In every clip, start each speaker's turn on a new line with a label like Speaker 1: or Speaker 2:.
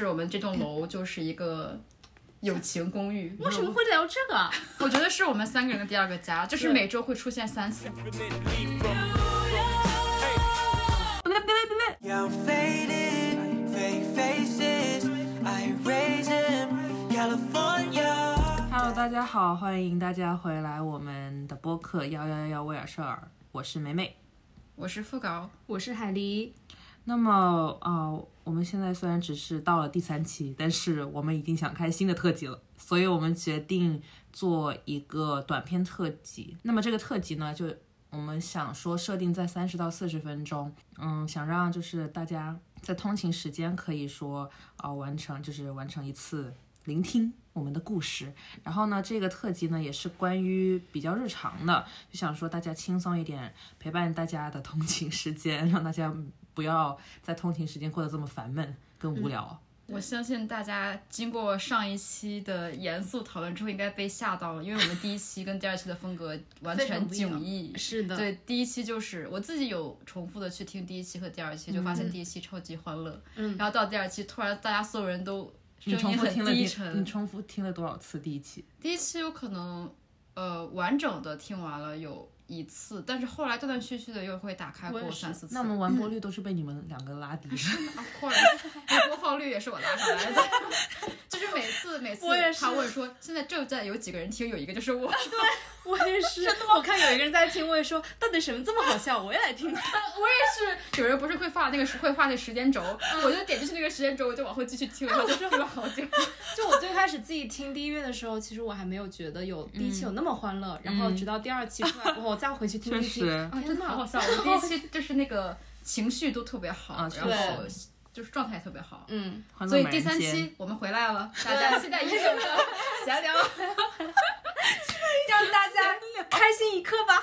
Speaker 1: 是我们这栋楼就是一个友情公寓。
Speaker 2: 嗯为什么会聊这个？
Speaker 1: 我觉得是我们三个人的第二个家，就是每周会出现三次。
Speaker 2: 别别别别别！
Speaker 3: Y'all faded, fake faces. I raise him, California.
Speaker 4: Hello，大家好，欢迎大家回来我们的播客幺幺幺幺威尔舍尔，我是梅梅。
Speaker 1: 我是副稿，
Speaker 2: 我是海狸，
Speaker 4: 那么呃，我们现在虽然只是到了第三期，但是我们已经想开新的特辑了，所以我们决定做一个短片特辑。那么这个特辑呢，就我们想说设定在三十到四十分钟，嗯，想让就是大家在通勤时间可以说啊、呃完成就是完成一次聆听我们的故事。然后呢，这个特辑呢也是关于比较日常的，就想说大家轻松一点，陪伴大家的通勤时间， 让大家不要在通勤时间过得这么烦闷跟无聊。
Speaker 1: 我相信大家经过上一期的严肃讨论之后，应该被吓到了，因为我们第一期跟第二期的风格完
Speaker 2: 非常
Speaker 1: 全
Speaker 2: 不一样
Speaker 1: 迥异。
Speaker 2: 是的，
Speaker 1: 对，第一期就是我自己有重复的去听第一期和第二期，就发现第一期超级欢乐，
Speaker 2: 嗯
Speaker 1: 然后到第二期突然大家所有人都声
Speaker 4: 你重
Speaker 1: 音嗯
Speaker 4: 复
Speaker 1: 很
Speaker 4: 听了
Speaker 1: 低
Speaker 4: 第
Speaker 1: 沉
Speaker 4: 你，重复听了多少次第一期？
Speaker 1: 第一期有可能呃完整的听完了有一次，但是后来断断续续的又会打开
Speaker 2: 我也
Speaker 1: 过
Speaker 2: 是
Speaker 1: 三四次。
Speaker 4: 那我们完播率都是被你们两个拉低的。
Speaker 1: 啊，或者播放率也是我拉上来的， 就是每次每次
Speaker 2: 我也是
Speaker 1: 他问说现在正在有几个人听，有一个就是我，
Speaker 2: 我也是。我看有一个人在听，我也说到底什么这么好笑，我也来 听。
Speaker 1: 我也是有人不是会画那个时会画那个时间轴，
Speaker 2: 嗯
Speaker 1: 我就点进去那个时间轴，我就往后继续听， 然后就听了好久。
Speaker 2: 就我最开始自己听第一遍的时候，其实我还没有觉得有第一期有那么欢乐，然后直到第二期出来过 后，我再回去听
Speaker 4: 确
Speaker 2: 第一期，
Speaker 4: 实
Speaker 1: 啊，
Speaker 2: 真的
Speaker 1: 好好 笑！我们第一期就是那个情绪都特别好，
Speaker 4: 啊
Speaker 1: 然后
Speaker 2: 确
Speaker 1: 就是状态特别好。
Speaker 2: 嗯，
Speaker 4: 欢乐
Speaker 1: 所以
Speaker 4: 满
Speaker 1: 第
Speaker 4: 人
Speaker 1: 三
Speaker 4: 间
Speaker 1: 期我们回来了，大
Speaker 2: 啊
Speaker 1: 家期待已久 的闲 聊。
Speaker 2: 让大家开心一刻吧。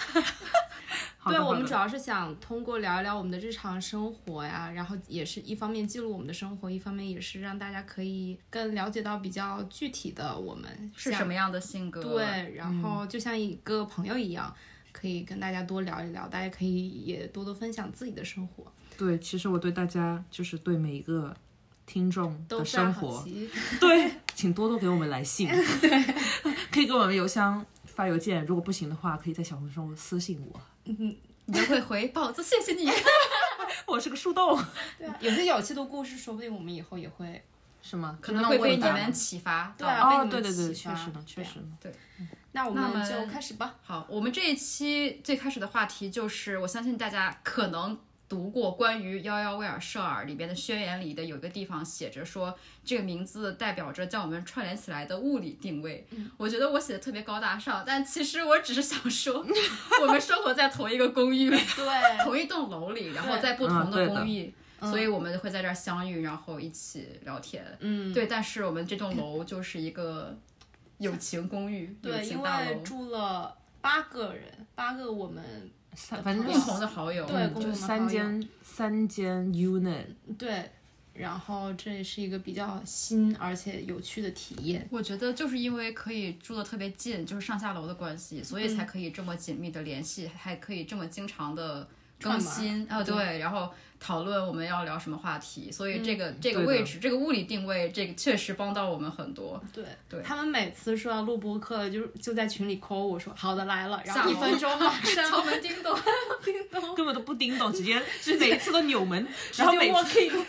Speaker 4: 好的
Speaker 2: 对，
Speaker 4: 好
Speaker 2: 我们
Speaker 4: 的
Speaker 2: 主要是想通过聊一聊我们的日常生活呀，然后也是一方面记录我们的生活，一方面也是让大家可以更了解到比较具体的我们
Speaker 1: 是
Speaker 2: 像
Speaker 1: 什么样的性格？
Speaker 2: 对，然
Speaker 1: 嗯
Speaker 2: 后就像一个朋友一样，可以跟大家多聊一聊，大家可以也多多分享自己的生活，
Speaker 4: 对，其实我对大家就是对每一个听众
Speaker 2: 都
Speaker 4: 的
Speaker 1: 啊
Speaker 2: 非常
Speaker 4: 生
Speaker 2: 好
Speaker 4: 活，
Speaker 2: 奇。
Speaker 4: 对，请多多给我们来信，对， 可以给我们邮箱发邮件，如果不行的话，可以在小红书私信我。
Speaker 1: 你就会回豹子， 谢 谢你。
Speaker 4: 我是个树洞，
Speaker 2: 对啊，有些有趣的故事，说不定我们以后也会
Speaker 4: 是吗？
Speaker 1: 可
Speaker 4: 就
Speaker 1: 能
Speaker 4: 那
Speaker 1: 会
Speaker 4: 种
Speaker 1: 被
Speaker 4: 问
Speaker 1: 你
Speaker 4: 答
Speaker 1: 们启发
Speaker 2: 对啊
Speaker 1: 到。
Speaker 4: 哦，
Speaker 2: 被
Speaker 4: 对
Speaker 2: 你
Speaker 4: 对
Speaker 2: 们
Speaker 4: 对，
Speaker 2: 启
Speaker 4: 确
Speaker 2: 发
Speaker 4: 实呢，确
Speaker 2: 对啊
Speaker 4: 实呢，
Speaker 2: 那我
Speaker 1: 那
Speaker 2: 们
Speaker 1: 么
Speaker 2: 就开 始吧。
Speaker 1: 好，我们这一期最开始的话题就是，我相信大家可能读过关于《幺幺威尔舍尔》里边的宣言里的有一个地方写着说，这个名字代表着将我们串联起来的物理定位。
Speaker 2: 嗯
Speaker 1: 我觉得我写的特别高大上，但其实我只是想说， 我们生活在同一个公寓里。
Speaker 2: 对，
Speaker 1: 同一栋楼里，然后
Speaker 2: 对
Speaker 1: 在不同
Speaker 4: 嗯对
Speaker 1: 的
Speaker 4: 的
Speaker 1: 公寓，所以我们会在这儿相遇，然后一起聊天。
Speaker 2: 嗯，
Speaker 1: 对，但是我们这栋楼就是一个友情公寓，友
Speaker 2: 对，因
Speaker 1: 情大楼
Speaker 2: 为，住了八个人，八个我们
Speaker 4: 三反正
Speaker 1: 共同的好友，
Speaker 2: 对
Speaker 4: 嗯
Speaker 2: 共同
Speaker 4: 就
Speaker 2: 的
Speaker 4: 三
Speaker 2: 好友
Speaker 4: 间三间 unit，
Speaker 2: 对，然后这是一个比较新而且有趣的体验。
Speaker 1: 我觉得就是因为可以住的特别近，就是上下楼的关系，所以
Speaker 2: 嗯
Speaker 1: 才可以这么紧密的联系，还可以这么经常的更新啊、对，然后讨论我们要聊什么话题，所以
Speaker 2: 嗯
Speaker 1: 这个、这个
Speaker 4: 对的
Speaker 1: 位置，这个物理定位，这个确实帮到我们很多。
Speaker 2: 对，
Speaker 1: 对
Speaker 2: 他们每次说要录播客，就就在群里 call 我说好的来了，然
Speaker 1: 下
Speaker 2: 后
Speaker 1: 楼
Speaker 2: 一分钟马 上
Speaker 1: 敲门叮咚，
Speaker 4: 根本都不叮咚，直接是每一次都扭门，
Speaker 2: 然
Speaker 4: 然后
Speaker 2: 后
Speaker 4: 每次
Speaker 2: walking，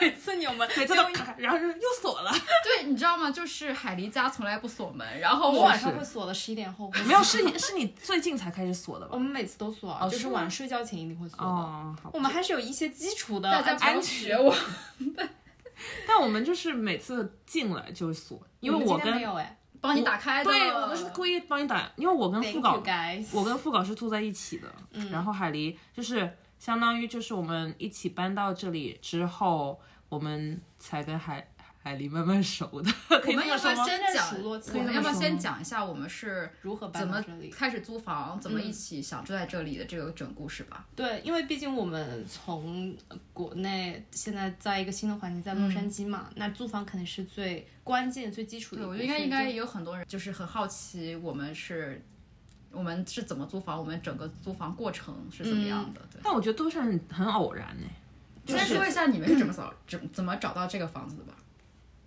Speaker 2: 每次扭门，
Speaker 4: 每次
Speaker 2: 结
Speaker 4: 都
Speaker 2: 果
Speaker 4: 咔，然后就又锁了，
Speaker 1: 对，你知道吗？就是海狸家从来不锁门，然后
Speaker 2: 我
Speaker 1: 我
Speaker 2: 晚上
Speaker 4: 是
Speaker 2: 会锁的，十一点后会
Speaker 4: 没有，是你是你最近才开始锁的
Speaker 2: 我
Speaker 4: 吧？
Speaker 2: 们每次都锁，啊
Speaker 4: 哦
Speaker 2: 就是是
Speaker 4: 吗
Speaker 2: 晚上睡觉前一定会锁的。
Speaker 4: 哦，好吧
Speaker 2: 我们还是有一些基础的
Speaker 1: 大家不
Speaker 2: 安
Speaker 1: 要
Speaker 2: 全。
Speaker 1: 学我，
Speaker 4: 但我们就是每次进来就锁，因为
Speaker 2: 们今
Speaker 4: 我
Speaker 2: 天
Speaker 4: 跟
Speaker 2: 没有哎
Speaker 1: 帮你打开的。
Speaker 4: 对我们是故意帮你打，因为我跟
Speaker 2: ，Thank
Speaker 4: 副稿
Speaker 2: you，guys，
Speaker 4: 我跟副稿是住在一起的，然后海狸就是相当于就是我们一起搬到这里之后，我们才跟海海狸慢慢熟的，可
Speaker 1: 我
Speaker 4: 以这
Speaker 1: 们
Speaker 4: 么
Speaker 1: 要不
Speaker 4: 说
Speaker 1: 要
Speaker 4: 吗？
Speaker 1: 先
Speaker 2: 认
Speaker 1: 讲
Speaker 2: 识逻？辑
Speaker 1: 我们要不要
Speaker 4: 可
Speaker 1: 先
Speaker 4: 以这么说吗
Speaker 1: 讲一下我们是
Speaker 2: 如何搬
Speaker 1: 怎
Speaker 2: 到
Speaker 1: 么
Speaker 2: 这里？
Speaker 1: 开始租房，怎么一起想住在这里的这个整故事吧？
Speaker 2: 对，因为毕竟我们从呃国内现在在一个新的环境，在洛杉矶嘛，那租房肯定是最关键、最基础的
Speaker 1: 嗯对，
Speaker 2: 一步。
Speaker 1: 我觉得应该
Speaker 2: 所以
Speaker 1: 应该
Speaker 2: 就
Speaker 1: 也有很多人就是很好奇我们是。我们是
Speaker 2: 嗯
Speaker 1: 怎么租房？我们整个租房过程是怎么样的？对，
Speaker 4: 但我觉得都是很很偶然呢、就
Speaker 1: 先
Speaker 4: 是
Speaker 1: 说一下你们是怎么找怎怎么找到这个房子的吧。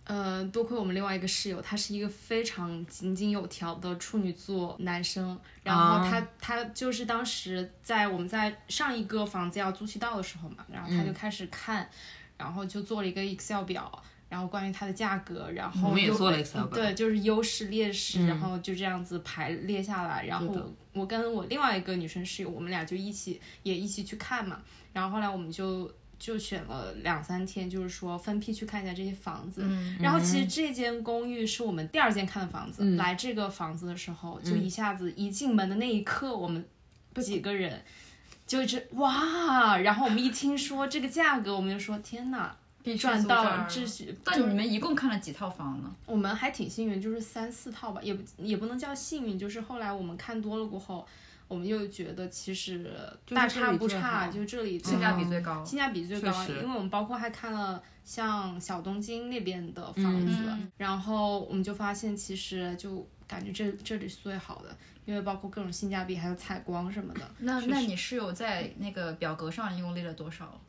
Speaker 2: 呃，多亏我们另外一个室友，他是一个非常井井有条的处女座男生，然后
Speaker 4: 啊
Speaker 2: 他、他就是当时在我们在上一个房子要租期到的时候嘛，然后
Speaker 4: 嗯
Speaker 2: 他就开始看，然后就做了一个 Excel 表，然后关于它的价格，然后
Speaker 4: 我们也
Speaker 2: 优
Speaker 4: 做了 Excel 表嗯
Speaker 2: 对，就是优势劣势，然后就这样子排列下来，然后我我跟我另外一个女生室友，我们俩就一起也一起去看嘛，然后后来我们就。就选了两三天，就是说分批去看一下这些房子。然后其实这间公寓是我们第二间看的房子。来这个房子的时候，就一下子一进门的那一刻，我们几个人就一直哇，然后我们一听说这个价格，我们就说天哪，
Speaker 1: 必须
Speaker 2: 赚
Speaker 1: 租
Speaker 2: 到
Speaker 1: 这儿
Speaker 2: 了秩序。
Speaker 1: 但你们一共看了几套房呢？
Speaker 2: 我们还挺幸运，就是三四套吧，也不也不能叫幸运，就是后来我们看多了过后，我们又觉得其实大差不差，就
Speaker 4: 就
Speaker 2: 这里最
Speaker 1: 性价
Speaker 2: 好
Speaker 1: 比最高。
Speaker 2: 性价比最
Speaker 4: 确
Speaker 2: 高，
Speaker 4: 实
Speaker 2: 因为我们包括还看了像小东京那边的房子，
Speaker 1: 嗯
Speaker 2: 然后我们就发现其实就感觉这这里是最好的，因为包括各种性价比还有采光什么的，
Speaker 1: 那那你室友在那个表格上一共列了多少？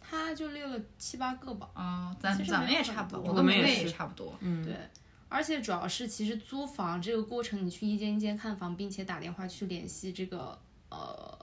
Speaker 2: 他就列了七八个吧。
Speaker 1: 啊，咱
Speaker 2: 其实
Speaker 1: 咱们
Speaker 2: 没有
Speaker 1: 也
Speaker 2: 很
Speaker 1: 差不多，
Speaker 2: 多
Speaker 1: 我
Speaker 4: 我
Speaker 1: 跟
Speaker 4: 们
Speaker 1: 梅
Speaker 4: 也
Speaker 1: 梅
Speaker 4: 是
Speaker 1: 也差不多。
Speaker 2: 对，而且主要是其实租房这个过程，你去一间一间看房，并且打电话去联系这个呃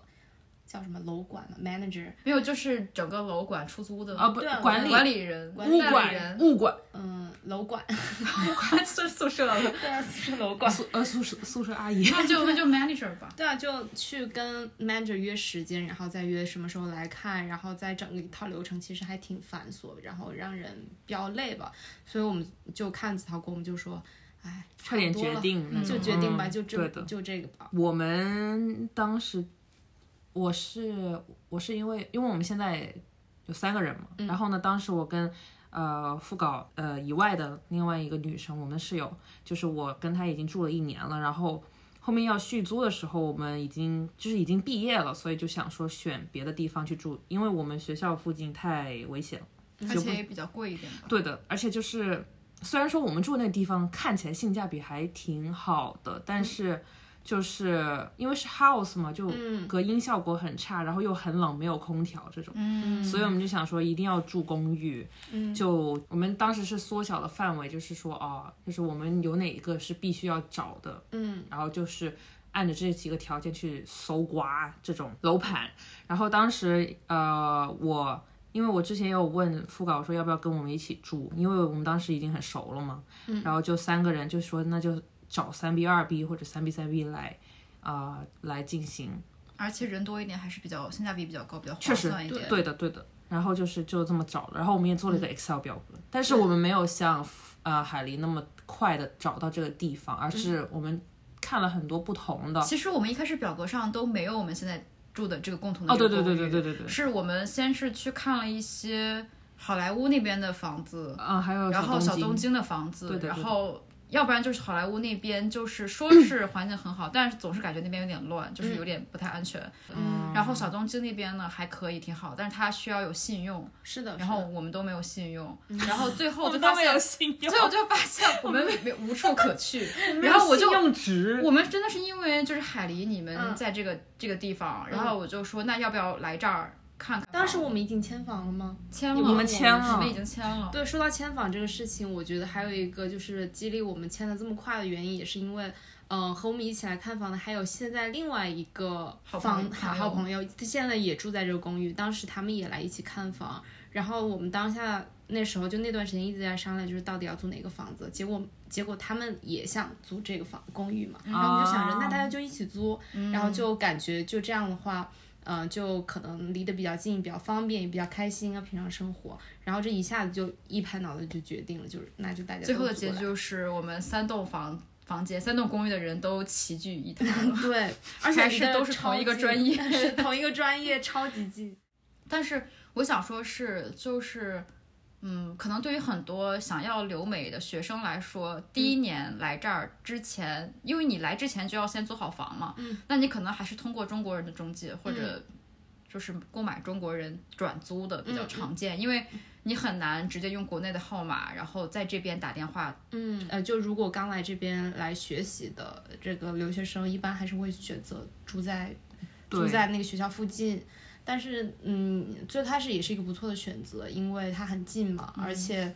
Speaker 2: 叫什么楼管嘛 manager，
Speaker 1: 没有，就是整个楼管出租的
Speaker 4: 啊不
Speaker 2: 对啊
Speaker 4: 管理
Speaker 1: 管理人、
Speaker 2: 管
Speaker 4: 物
Speaker 1: 代理
Speaker 4: 管
Speaker 1: 人、
Speaker 4: 物管
Speaker 2: 嗯，楼管，
Speaker 1: 宿宿舍了，
Speaker 2: 对啊，是楼管。
Speaker 4: 宿呃宿舍宿舍阿姨，
Speaker 1: 那就那就 manager 吧。
Speaker 2: 对啊，就去跟 manager 约时间，然后再约什么时候来看，然后再整个一套流程，其实还挺繁琐，然后让人比较累吧。所以我们就看子韬哥，我们就说，哎，
Speaker 4: 快点
Speaker 2: 差不多
Speaker 4: 决
Speaker 2: 了，
Speaker 4: 定那种，
Speaker 2: 就决定吧，
Speaker 4: 嗯
Speaker 2: 就这
Speaker 4: 对的。
Speaker 2: 就这个吧。
Speaker 4: 我们当时，我是我是因为因为我们现在有三个人嘛，然后呢，当时我跟呃副稿呃以外的另外一个女生，我们室友，就是我跟她已经住了一年了，然后后面要续租的时候，我们已经就是已经毕业了，所以就想说选别的地方去住，因为我们学校附近太危险了。
Speaker 1: 而且也比较贵一点嗯吧。
Speaker 4: 对的，而且就是虽然说我们住那地方看起来性价比还挺好的，但是就是因为是 house 嘛，就隔音效果很差，然后又很冷，没有空调这种，
Speaker 1: 嗯，
Speaker 4: 所以我们就想说一定要住公寓。就我们当时是缩小了范围，就是说哦，就是我们有哪一个是必须要找的，嗯，然后就是。按着这几个条件去搜刮这种楼盘，然后当时呃，我因为我之前也有问副稿说要不要跟我们一起住，因为我们当时已经很熟了嘛，然后就三个人就说那就找三 B 二 B 或者三 B 三 B 来啊、来进行，
Speaker 1: 而且人多一点还是比较性价比比较高，比较
Speaker 4: 确
Speaker 1: 划
Speaker 4: 实
Speaker 1: 算一点。嗯
Speaker 4: 对的对的，然后就是就这么找了，然后我们也做了一个 Excel 表格，但是我们没有像呃海狸那么快的找到这个地方，
Speaker 1: 嗯
Speaker 4: 而是我们看了很多不同的，
Speaker 1: 其实我们一开始表格上都没有我们现在住的这个共同的
Speaker 4: 哦
Speaker 1: 这
Speaker 4: 对
Speaker 1: 个公
Speaker 4: 对对对
Speaker 1: 寓
Speaker 4: 对对对，
Speaker 1: 是我们先是去看了一些好莱坞那边的房子，
Speaker 4: 啊、还有
Speaker 1: 然后
Speaker 4: 小
Speaker 1: 小
Speaker 4: 东
Speaker 1: 东京的房子，
Speaker 4: 对对对
Speaker 1: 然
Speaker 4: 对
Speaker 1: 后要不然就是好莱坞那边，就是说是环境很好， 但是总是感觉那边有点乱，就是有点不太安全。嗯，然后小东京那边呢还可以，挺好，但是它需要有信用，
Speaker 2: 是的，
Speaker 1: 然
Speaker 2: 是
Speaker 1: 后
Speaker 2: 的
Speaker 1: 我们都没有信用，然后最后
Speaker 4: 嗯 我
Speaker 1: 就
Speaker 4: 们
Speaker 1: 发
Speaker 4: 都没
Speaker 1: 现
Speaker 4: 有。信用，
Speaker 1: 最后就发现我们没无处可 去，
Speaker 4: 没有
Speaker 1: 然后我就
Speaker 4: 信用值
Speaker 1: 我们真的是因为就是海狸你们
Speaker 2: 嗯
Speaker 1: 在这个、这个地方，
Speaker 4: 嗯
Speaker 1: 然后我就说那要不要来这儿看看房？
Speaker 2: 当时我们已经签房了吗？
Speaker 1: 签了，
Speaker 4: 你们签
Speaker 1: 我
Speaker 4: 了
Speaker 1: 们已经签了，
Speaker 2: 对，说到签房这个事情，我觉得还有一个就是激励我们签的这么快的原因，也是因为，嗯、和我们一起来看房的还有现在另外一个
Speaker 1: 好朋
Speaker 2: 房
Speaker 1: 友
Speaker 2: 好
Speaker 1: 朋友
Speaker 2: 好朋友，他现在也住在这个公寓，当时他们也来一起看房，然后我们当下那时候就那段时间一直在商量，就是到底要租哪个房子，结果结果他们也想租这个房公寓嘛，然后我们就想着那大家就一起租，然后
Speaker 1: 嗯
Speaker 2: 就感觉就这样的话。嗯、就可能离得比较近，比较方便，也比较开心啊，平常生活。然后这一下子就一拍脑袋就决定了，就是那就大家
Speaker 1: 最后
Speaker 2: 都
Speaker 1: 的
Speaker 2: 租
Speaker 1: 结
Speaker 2: 过
Speaker 1: 局
Speaker 2: 来
Speaker 1: 就是我们三栋房房间、三栋公寓的人都齐聚一堂了。
Speaker 2: 对，而且
Speaker 1: 还
Speaker 2: 离
Speaker 1: 是
Speaker 2: 得
Speaker 1: 都是
Speaker 2: 超
Speaker 1: 同一个
Speaker 2: 近
Speaker 1: 专业
Speaker 2: 是同一个专业，超级近。
Speaker 1: 但是我想说是，就是，嗯，可能对于很多想要留美的学生来说，第一年来这儿之前，因为你来之前就要先租好房嘛，嗯，那你可能还是通过中国人的中介或
Speaker 2: 嗯
Speaker 1: 者就是购买中国人转租的
Speaker 2: 嗯
Speaker 1: 比较常见，因为你很难直接用国内的号码，然后在这边打电话
Speaker 2: 嗯，呃，就如果刚来这边来学习的这个留学生，一般还是会选择住在住
Speaker 4: 对
Speaker 2: 在那个学校附近。但是嗯，最开始也是一个不错的选择，因为它很近嘛，而且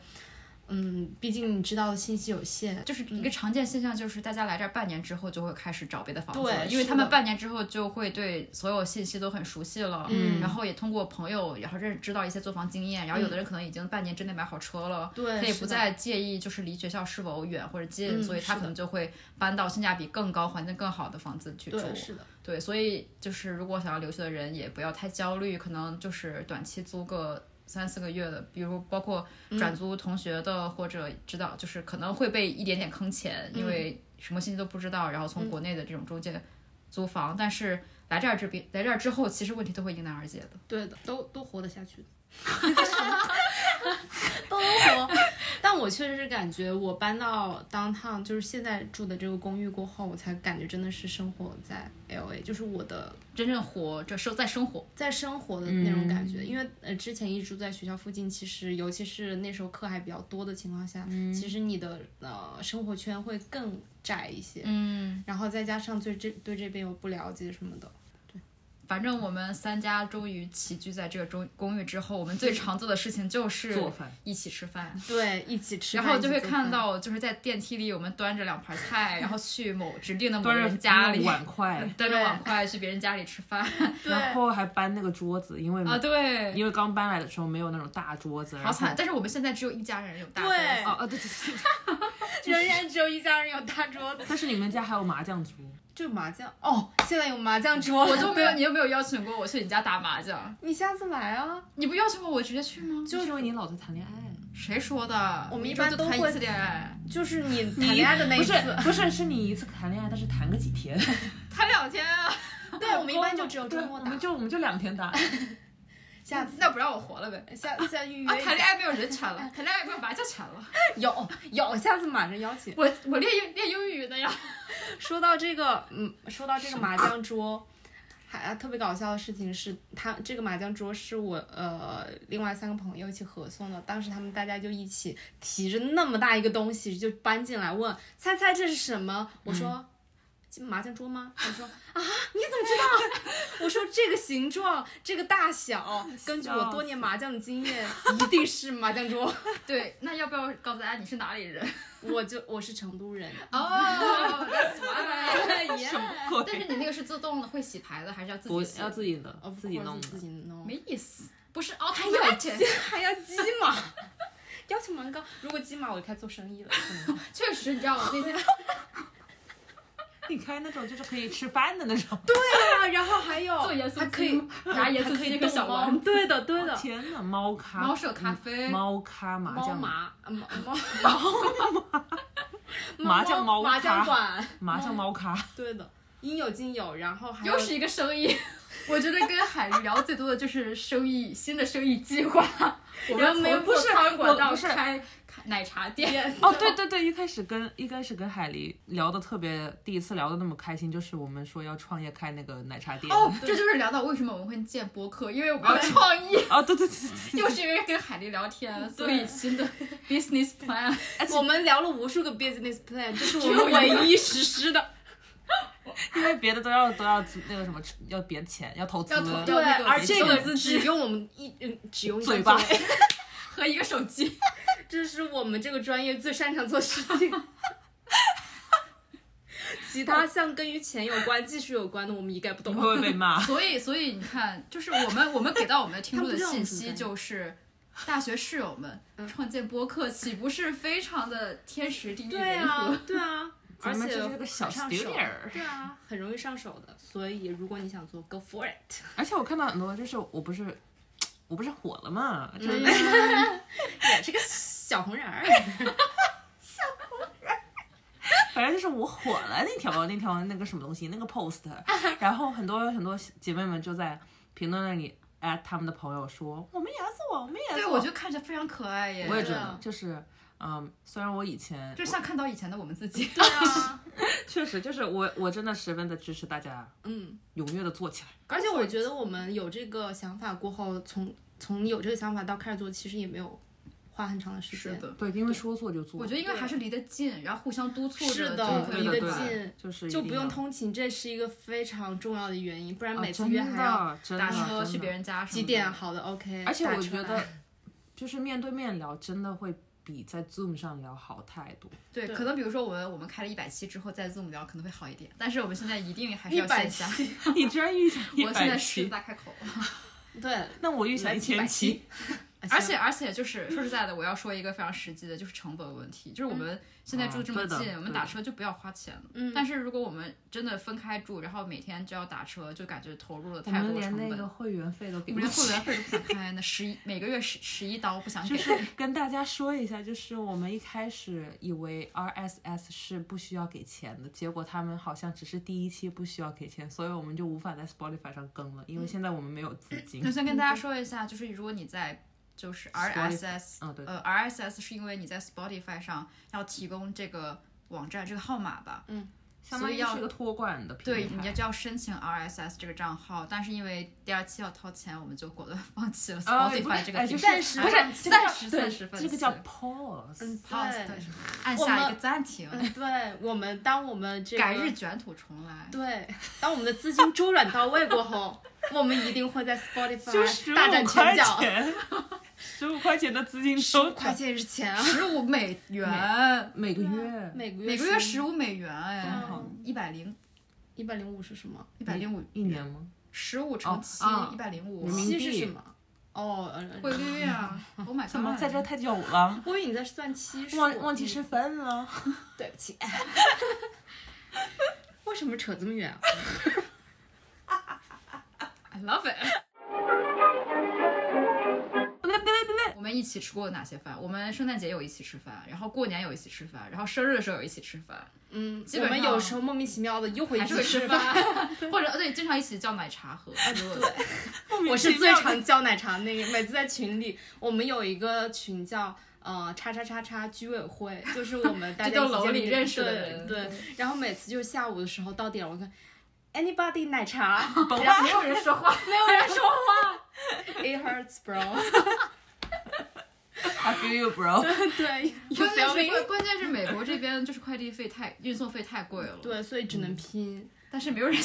Speaker 2: 嗯，毕竟你知道的信息有限，
Speaker 1: 就是一个常见现象，就是大家来这儿半年之后就会开始找别的房子
Speaker 2: 对
Speaker 1: 了，因为
Speaker 2: 是
Speaker 1: 他们
Speaker 2: 的
Speaker 1: 半年之后就会对所有信息都很熟悉了，
Speaker 2: 嗯
Speaker 1: 然后也通过朋友，然后认知道一些租房经验，然后有的人可能已经半年之内买好车了，
Speaker 2: 对
Speaker 1: 他也
Speaker 2: 是
Speaker 1: 不
Speaker 2: 的
Speaker 1: 再介意就是离学校是否远或者近，
Speaker 2: 嗯
Speaker 1: 所以他可
Speaker 2: 是的
Speaker 1: 能就会搬到性价比更高、环境更好的房子去住。
Speaker 2: 对，是的，
Speaker 1: 对，所以就是如果想要留学的人，也不要太焦虑，可能就是短期租个三四个月的，比如包括转租同学的，或者知道就是可能会被一点点坑钱，因为什么信息都不知道，然后从国内的这种中介租房，但是来这儿这边来这儿之后，其实问题都会迎难而解的。
Speaker 2: 对的，都都活得下 去的。都能活，但我确实是感觉，我搬到 downtown，就是现在住的这个公寓过后，我才感觉真的是生活在 LA，就是我的
Speaker 1: 真正活这生在生活，
Speaker 2: 在生活的那种感觉，因为呃之前一直住在学校附近，其实尤其是那时候课还比较多的情况下，其实你的呃生活圈会更窄一些，
Speaker 1: 嗯，
Speaker 2: 然后再加上对这对这边又不了解什么的，
Speaker 1: 反正我们三家终于齐聚在这个中公寓之后，我们最常做的事情就是
Speaker 4: 做饭
Speaker 1: 一起吃饭。
Speaker 2: 对，一起吃
Speaker 1: 然
Speaker 2: 饭，
Speaker 1: 后就
Speaker 2: 一
Speaker 1: 会
Speaker 2: 起做
Speaker 1: 看
Speaker 2: 饭
Speaker 1: 到，就是在电梯里，我们端着两盘菜，然后去某指定的某
Speaker 4: 端着
Speaker 1: 人家里，
Speaker 4: 碗筷，
Speaker 1: 端着
Speaker 2: 对
Speaker 1: 碗筷去别人家里吃饭
Speaker 4: 然后还搬那个桌子，因为
Speaker 1: 啊，对，
Speaker 4: 嗯因为刚搬来的时候没有那种大桌子，然
Speaker 1: 好
Speaker 4: 后
Speaker 1: 惨。但是我们现在只有一家人有大桌
Speaker 2: 对
Speaker 1: 子，
Speaker 4: 哦哦对对对，对
Speaker 2: 仍然只有一家人有大桌子，
Speaker 4: 但是你们家还有麻将桌，
Speaker 2: 就麻将哦，现在有麻将桌，
Speaker 1: 我都没有，你又没有邀请过我去你家打麻将，
Speaker 2: 你下次来啊，
Speaker 1: 你不邀请我，我直接去吗？
Speaker 4: 就是因为你老在谈恋爱。
Speaker 1: 谁说的？
Speaker 2: 我们一
Speaker 1: 周
Speaker 2: 般
Speaker 1: 就
Speaker 2: 都
Speaker 1: 谈一
Speaker 2: 会
Speaker 1: 次恋爱，
Speaker 2: 就是你谈恋爱的那
Speaker 4: 不
Speaker 2: 一
Speaker 4: 是
Speaker 2: 次，
Speaker 4: 不是，是你一次谈恋爱，但是谈个几天，
Speaker 1: 谈两天啊，
Speaker 2: 对， 我们一般就只有周
Speaker 4: 对
Speaker 2: 末
Speaker 4: 我
Speaker 2: 打哎
Speaker 4: 们，就我们就两天打，
Speaker 2: 下次
Speaker 1: 那不让我活了呗。
Speaker 2: 下下预约一
Speaker 1: 啊，
Speaker 2: 下、
Speaker 1: 谈恋爱没有人馋了， 谈恋爱没有麻将馋了。
Speaker 2: 有有，下次马上邀请。
Speaker 1: 我我练英练英语的呀，
Speaker 2: 说到这个，嗯，说到这个麻将桌，还呃特别搞笑的事情是，他这个麻将桌是我呃另外三个朋友一起合送的，当时他们大家就一起提着那么大一个东西就搬进来问，猜猜这是什么？
Speaker 4: 嗯
Speaker 2: 我说。这麻将桌吗？他们说啊，你怎么知道？我说 这个形状，这个大小，根据我多年麻将的经 验，一定是麻将桌。
Speaker 1: 对，那要不要告诉大家你是哪里人？
Speaker 2: 我就我是成都人，
Speaker 1: 哦，that's why
Speaker 2: 哎
Speaker 4: 什么鬼
Speaker 1: 但是你那个是自动的，会洗牌的，还是要自己
Speaker 4: 我
Speaker 1: 洗？
Speaker 4: 要自己的
Speaker 2: of，
Speaker 4: 自己
Speaker 2: course
Speaker 4: 弄
Speaker 2: 哦自
Speaker 4: 的。
Speaker 2: 己弄，
Speaker 1: 没意思，不是哦 automatic，
Speaker 2: 还要鸡码， 要求蛮高。如果鸡码，我就开始做生意了。
Speaker 1: 确实，你知道我那天
Speaker 4: 你开那种就是可以吃饭的那种。
Speaker 2: 对啊，然后还有
Speaker 1: 做盐
Speaker 2: 还
Speaker 1: 酥
Speaker 2: 可以
Speaker 1: 鸡，拿盐酥鸡和小王
Speaker 2: 猫，对的对的，
Speaker 4: 天呐，猫咖，
Speaker 1: 嗯
Speaker 4: 嗯
Speaker 1: 猫舍咖啡，
Speaker 4: 猫咖麻
Speaker 2: 猫
Speaker 4: 将
Speaker 2: 麻啊猫 猫
Speaker 4: 麻将猫
Speaker 2: 猫麻将
Speaker 4: 咖，
Speaker 2: 馆，
Speaker 4: 麻将猫咖，
Speaker 2: 对的，应有尽有。然后还有
Speaker 1: 又是一个生意。 我觉得跟海鱼聊最多的就是生意，新的生意计划。 我们
Speaker 4: 没有
Speaker 1: 从做
Speaker 4: 不是
Speaker 1: 餐馆
Speaker 4: 我
Speaker 1: 到
Speaker 4: 不是
Speaker 1: 开开奶茶
Speaker 2: 哎
Speaker 1: 店，
Speaker 4: 哦，对对对，一开始跟一开始跟海狸聊的特别，第一次聊的那么开心，就是我们说要创业开那个奶茶店。
Speaker 1: 哦，这就是聊到为什么我们会建播客，因为我们要创业，
Speaker 4: 哦，对对对对 对，
Speaker 1: 又是因为跟海狸聊天，所以新的 business plan。
Speaker 2: 我们聊了无数个 business plan，这是我
Speaker 1: 只有
Speaker 2: 们
Speaker 1: 一个
Speaker 2: 唯一实施的。
Speaker 4: 因为别的都要都要自那个什么，要别的钱，要投资，
Speaker 1: 要投
Speaker 2: 对，
Speaker 1: 要那个
Speaker 2: 嗯而
Speaker 1: 没
Speaker 2: 这
Speaker 1: 错
Speaker 2: 个只用我们一嗯，只用一张
Speaker 4: 嘴巴
Speaker 1: 和一个手机，
Speaker 2: 这是我们这个专业最擅长做的事情。 其他像跟与钱有关、技术有关的，我们一概不懂
Speaker 4: 你。会不会被骂？
Speaker 1: 所以所以你看，就是我们我们给到我们的听众的信
Speaker 2: 他们不知道我
Speaker 1: 息
Speaker 2: 们是谁
Speaker 1: 就是，大学室友们
Speaker 2: 嗯
Speaker 1: 创建播客，岂不是非常的天时地利
Speaker 2: 对
Speaker 1: 人和
Speaker 2: 啊？，对啊，而
Speaker 4: 咱们
Speaker 2: 且
Speaker 4: 这是个小
Speaker 2: 很上
Speaker 4: studio
Speaker 2: 手，对啊，很容易上手的。所以如果你想做，go for it。
Speaker 4: 而且我看到很多，就是我不是我不是火了嘛，就是
Speaker 2: 嗯也是个小红人 儿，
Speaker 4: 反正就是我火了那条 那条那个什么东西那个 post，然后很多很多姐妹们就在评论那里 at 他们的朋友说我们也要做，我们也要
Speaker 1: 对，
Speaker 4: 做。
Speaker 1: 我觉得看着非常可爱耶。嗯
Speaker 4: 我也觉
Speaker 2: 对
Speaker 4: 得
Speaker 2: 啊，
Speaker 4: 就是嗯，虽然我以前
Speaker 1: 就像看到以前的我们自己。
Speaker 2: 对啊，
Speaker 4: 确实就是我我真的十分的支持大家
Speaker 2: 嗯。
Speaker 4: 踊跃的做起来。
Speaker 2: 而且我觉得我们有这个想法过后，从从有这个想法到开始做，其实也没有花很长的时
Speaker 1: 是
Speaker 2: 间。
Speaker 1: 的，
Speaker 4: 对，因为说做就做，
Speaker 1: 我觉得因为还是离得近，然后互相督促
Speaker 2: 是
Speaker 1: 着
Speaker 2: 的
Speaker 1: 就可
Speaker 4: 对
Speaker 1: 以
Speaker 2: 离
Speaker 4: 对
Speaker 2: 得
Speaker 1: 对
Speaker 4: 对
Speaker 2: 近
Speaker 4: 就是
Speaker 2: 就
Speaker 4: 一定啊
Speaker 2: 不用
Speaker 4: 要
Speaker 2: 通勤，这是一个非常重要的原因，不然
Speaker 4: 啊
Speaker 2: 每次
Speaker 4: 真
Speaker 2: 约还要
Speaker 4: 的真的
Speaker 1: 打车
Speaker 4: 真
Speaker 1: 去
Speaker 4: 的
Speaker 1: 别人家什么
Speaker 2: 几
Speaker 1: 的
Speaker 2: 点？好的，OK。
Speaker 4: 而且
Speaker 2: 打
Speaker 4: 我
Speaker 2: 车
Speaker 4: 觉
Speaker 1: 啊
Speaker 2: 来
Speaker 4: 得，就是面对面聊，真的会比在 Zoom 上聊好太 多。
Speaker 1: 对，
Speaker 2: 对
Speaker 1: 可能比如说我们我们开了一百期之后再 Zoom 聊可能会好一点，但是我们现在一定还是
Speaker 2: 一
Speaker 1: 要
Speaker 2: 百
Speaker 1: 线下。
Speaker 2: 期，
Speaker 4: 你居然预想一
Speaker 1: 我现在
Speaker 4: 百
Speaker 1: 狮子
Speaker 4: 期，
Speaker 1: 大开口，
Speaker 2: 对，
Speaker 4: 那我预想一千期。啊
Speaker 1: 而且而且就是说实在的，我要说一个非常实际的，就是成本问题。就是我们现在住这么
Speaker 4: 嗯啊对的
Speaker 1: 近，我们
Speaker 4: 对
Speaker 1: 打
Speaker 4: 的
Speaker 1: 车就不要花钱了。
Speaker 2: 嗯
Speaker 1: 但是如果我们真的分开住，然后每天就要打车，就感觉投入了
Speaker 4: 我
Speaker 1: 太
Speaker 4: 们
Speaker 1: 多
Speaker 4: 连
Speaker 1: 成
Speaker 4: 那
Speaker 1: 本
Speaker 4: 个。会员费都给
Speaker 1: 我
Speaker 4: 不
Speaker 1: 们连
Speaker 4: 起
Speaker 1: 会， 员费都不想开呢，十一每个月十十一刀不想给
Speaker 4: 就。是 跟大家说一下，就是我们一开始以为 RSS 是不需要给钱的，结果他们好像只是第一期不需要给钱，所以我们就无法在 Spotify 上更了，
Speaker 1: 嗯
Speaker 4: 因为现在我们没有资金
Speaker 1: 那。先跟大
Speaker 4: 嗯
Speaker 1: 家说一下，就是如果你在就是 RSS，
Speaker 4: 嗯对
Speaker 1: 呃，RSS 是因为你在 Spotify 上要提供这个网站这个号码吧？
Speaker 4: 相当
Speaker 1: 所以
Speaker 4: 于
Speaker 1: 要
Speaker 4: 是一个托管的
Speaker 1: 对，
Speaker 4: 平
Speaker 1: 你
Speaker 4: 台。
Speaker 1: 就要申请 RSS 这个账号，但是因为第二期要掏钱，我们就果断放弃了
Speaker 4: 啊，不
Speaker 1: Spotify
Speaker 4: 是
Speaker 1: 这个
Speaker 4: 哎
Speaker 1: 平
Speaker 4: 就
Speaker 1: 台。
Speaker 4: 是
Speaker 1: 不
Speaker 2: 暂时
Speaker 1: 是
Speaker 2: 放弃
Speaker 1: 暂时
Speaker 4: 对
Speaker 1: 暂时放弃
Speaker 4: 这个叫
Speaker 1: 嗯
Speaker 4: 嗯 pause。
Speaker 1: pause，
Speaker 2: 嗯对
Speaker 1: 对按
Speaker 2: 我
Speaker 1: 下
Speaker 2: 们
Speaker 1: 一个暂停，
Speaker 2: 嗯，对我们，当我们这个
Speaker 1: 改日卷土重来。
Speaker 2: 对，当我们的资金周转到位过后，我们一定会在 Spotify
Speaker 4: 就十五
Speaker 2: 大展拳
Speaker 4: 块
Speaker 2: 脚。
Speaker 4: 钱，十五块钱的资金
Speaker 2: 块
Speaker 4: 收款，
Speaker 2: 钱是钱啊，
Speaker 1: 十五美元，
Speaker 4: 啊每个月
Speaker 2: 嗯每个月
Speaker 1: 每个月
Speaker 2: 十
Speaker 1: 十五美元，哎，一百零
Speaker 2: 一百零五是什么？
Speaker 1: 一百零五，
Speaker 4: 一年吗？
Speaker 1: 十五乘
Speaker 4: 哦
Speaker 1: 七
Speaker 4: 啊
Speaker 1: 一百零五，
Speaker 4: 人民
Speaker 2: 七
Speaker 4: 币
Speaker 2: 是什么？哦，呃
Speaker 1: 汇率啊！Oh my god！
Speaker 4: 怎么在这儿太久了？
Speaker 2: 我以为你在算期数，
Speaker 4: 忘忘记身份 了，
Speaker 2: 嗯对不起。 为什么扯这么远啊？
Speaker 1: I love it 。我们一起吃过哪些饭？我们圣诞节有一起吃饭，然后过年有一起吃饭，然后生日的时候有一起吃饭，
Speaker 2: 嗯，
Speaker 1: 基
Speaker 2: 我
Speaker 1: 本
Speaker 2: 们
Speaker 1: 上
Speaker 2: 有时候莫名其妙的又会一
Speaker 1: 还是会
Speaker 2: 起
Speaker 1: 吃
Speaker 2: 吃饭。
Speaker 1: 饭，或者对，经常一起叫奶茶喝。如果
Speaker 2: 我是最常叫奶茶那个，每次在群里，我们有一个群叫呃叉叉叉叉居委会，就是我们大家
Speaker 1: 就
Speaker 2: 一起
Speaker 1: 楼
Speaker 2: 见
Speaker 1: 里
Speaker 2: 面
Speaker 1: 认识的人
Speaker 2: 对，对然后每次就是下午的时候到点，我看 anybody 奶茶
Speaker 1: 然后没有人说话， 没有人说话。
Speaker 2: ，it hurts bro，
Speaker 4: I feel you, bro。
Speaker 2: 对，you
Speaker 1: 关键
Speaker 2: feel
Speaker 1: 是
Speaker 2: me？
Speaker 1: 关关键是美国这边就是快递费太运送费太贵了，，
Speaker 2: 对，所以只
Speaker 1: 嗯
Speaker 2: 能拼
Speaker 1: 但是没有人，还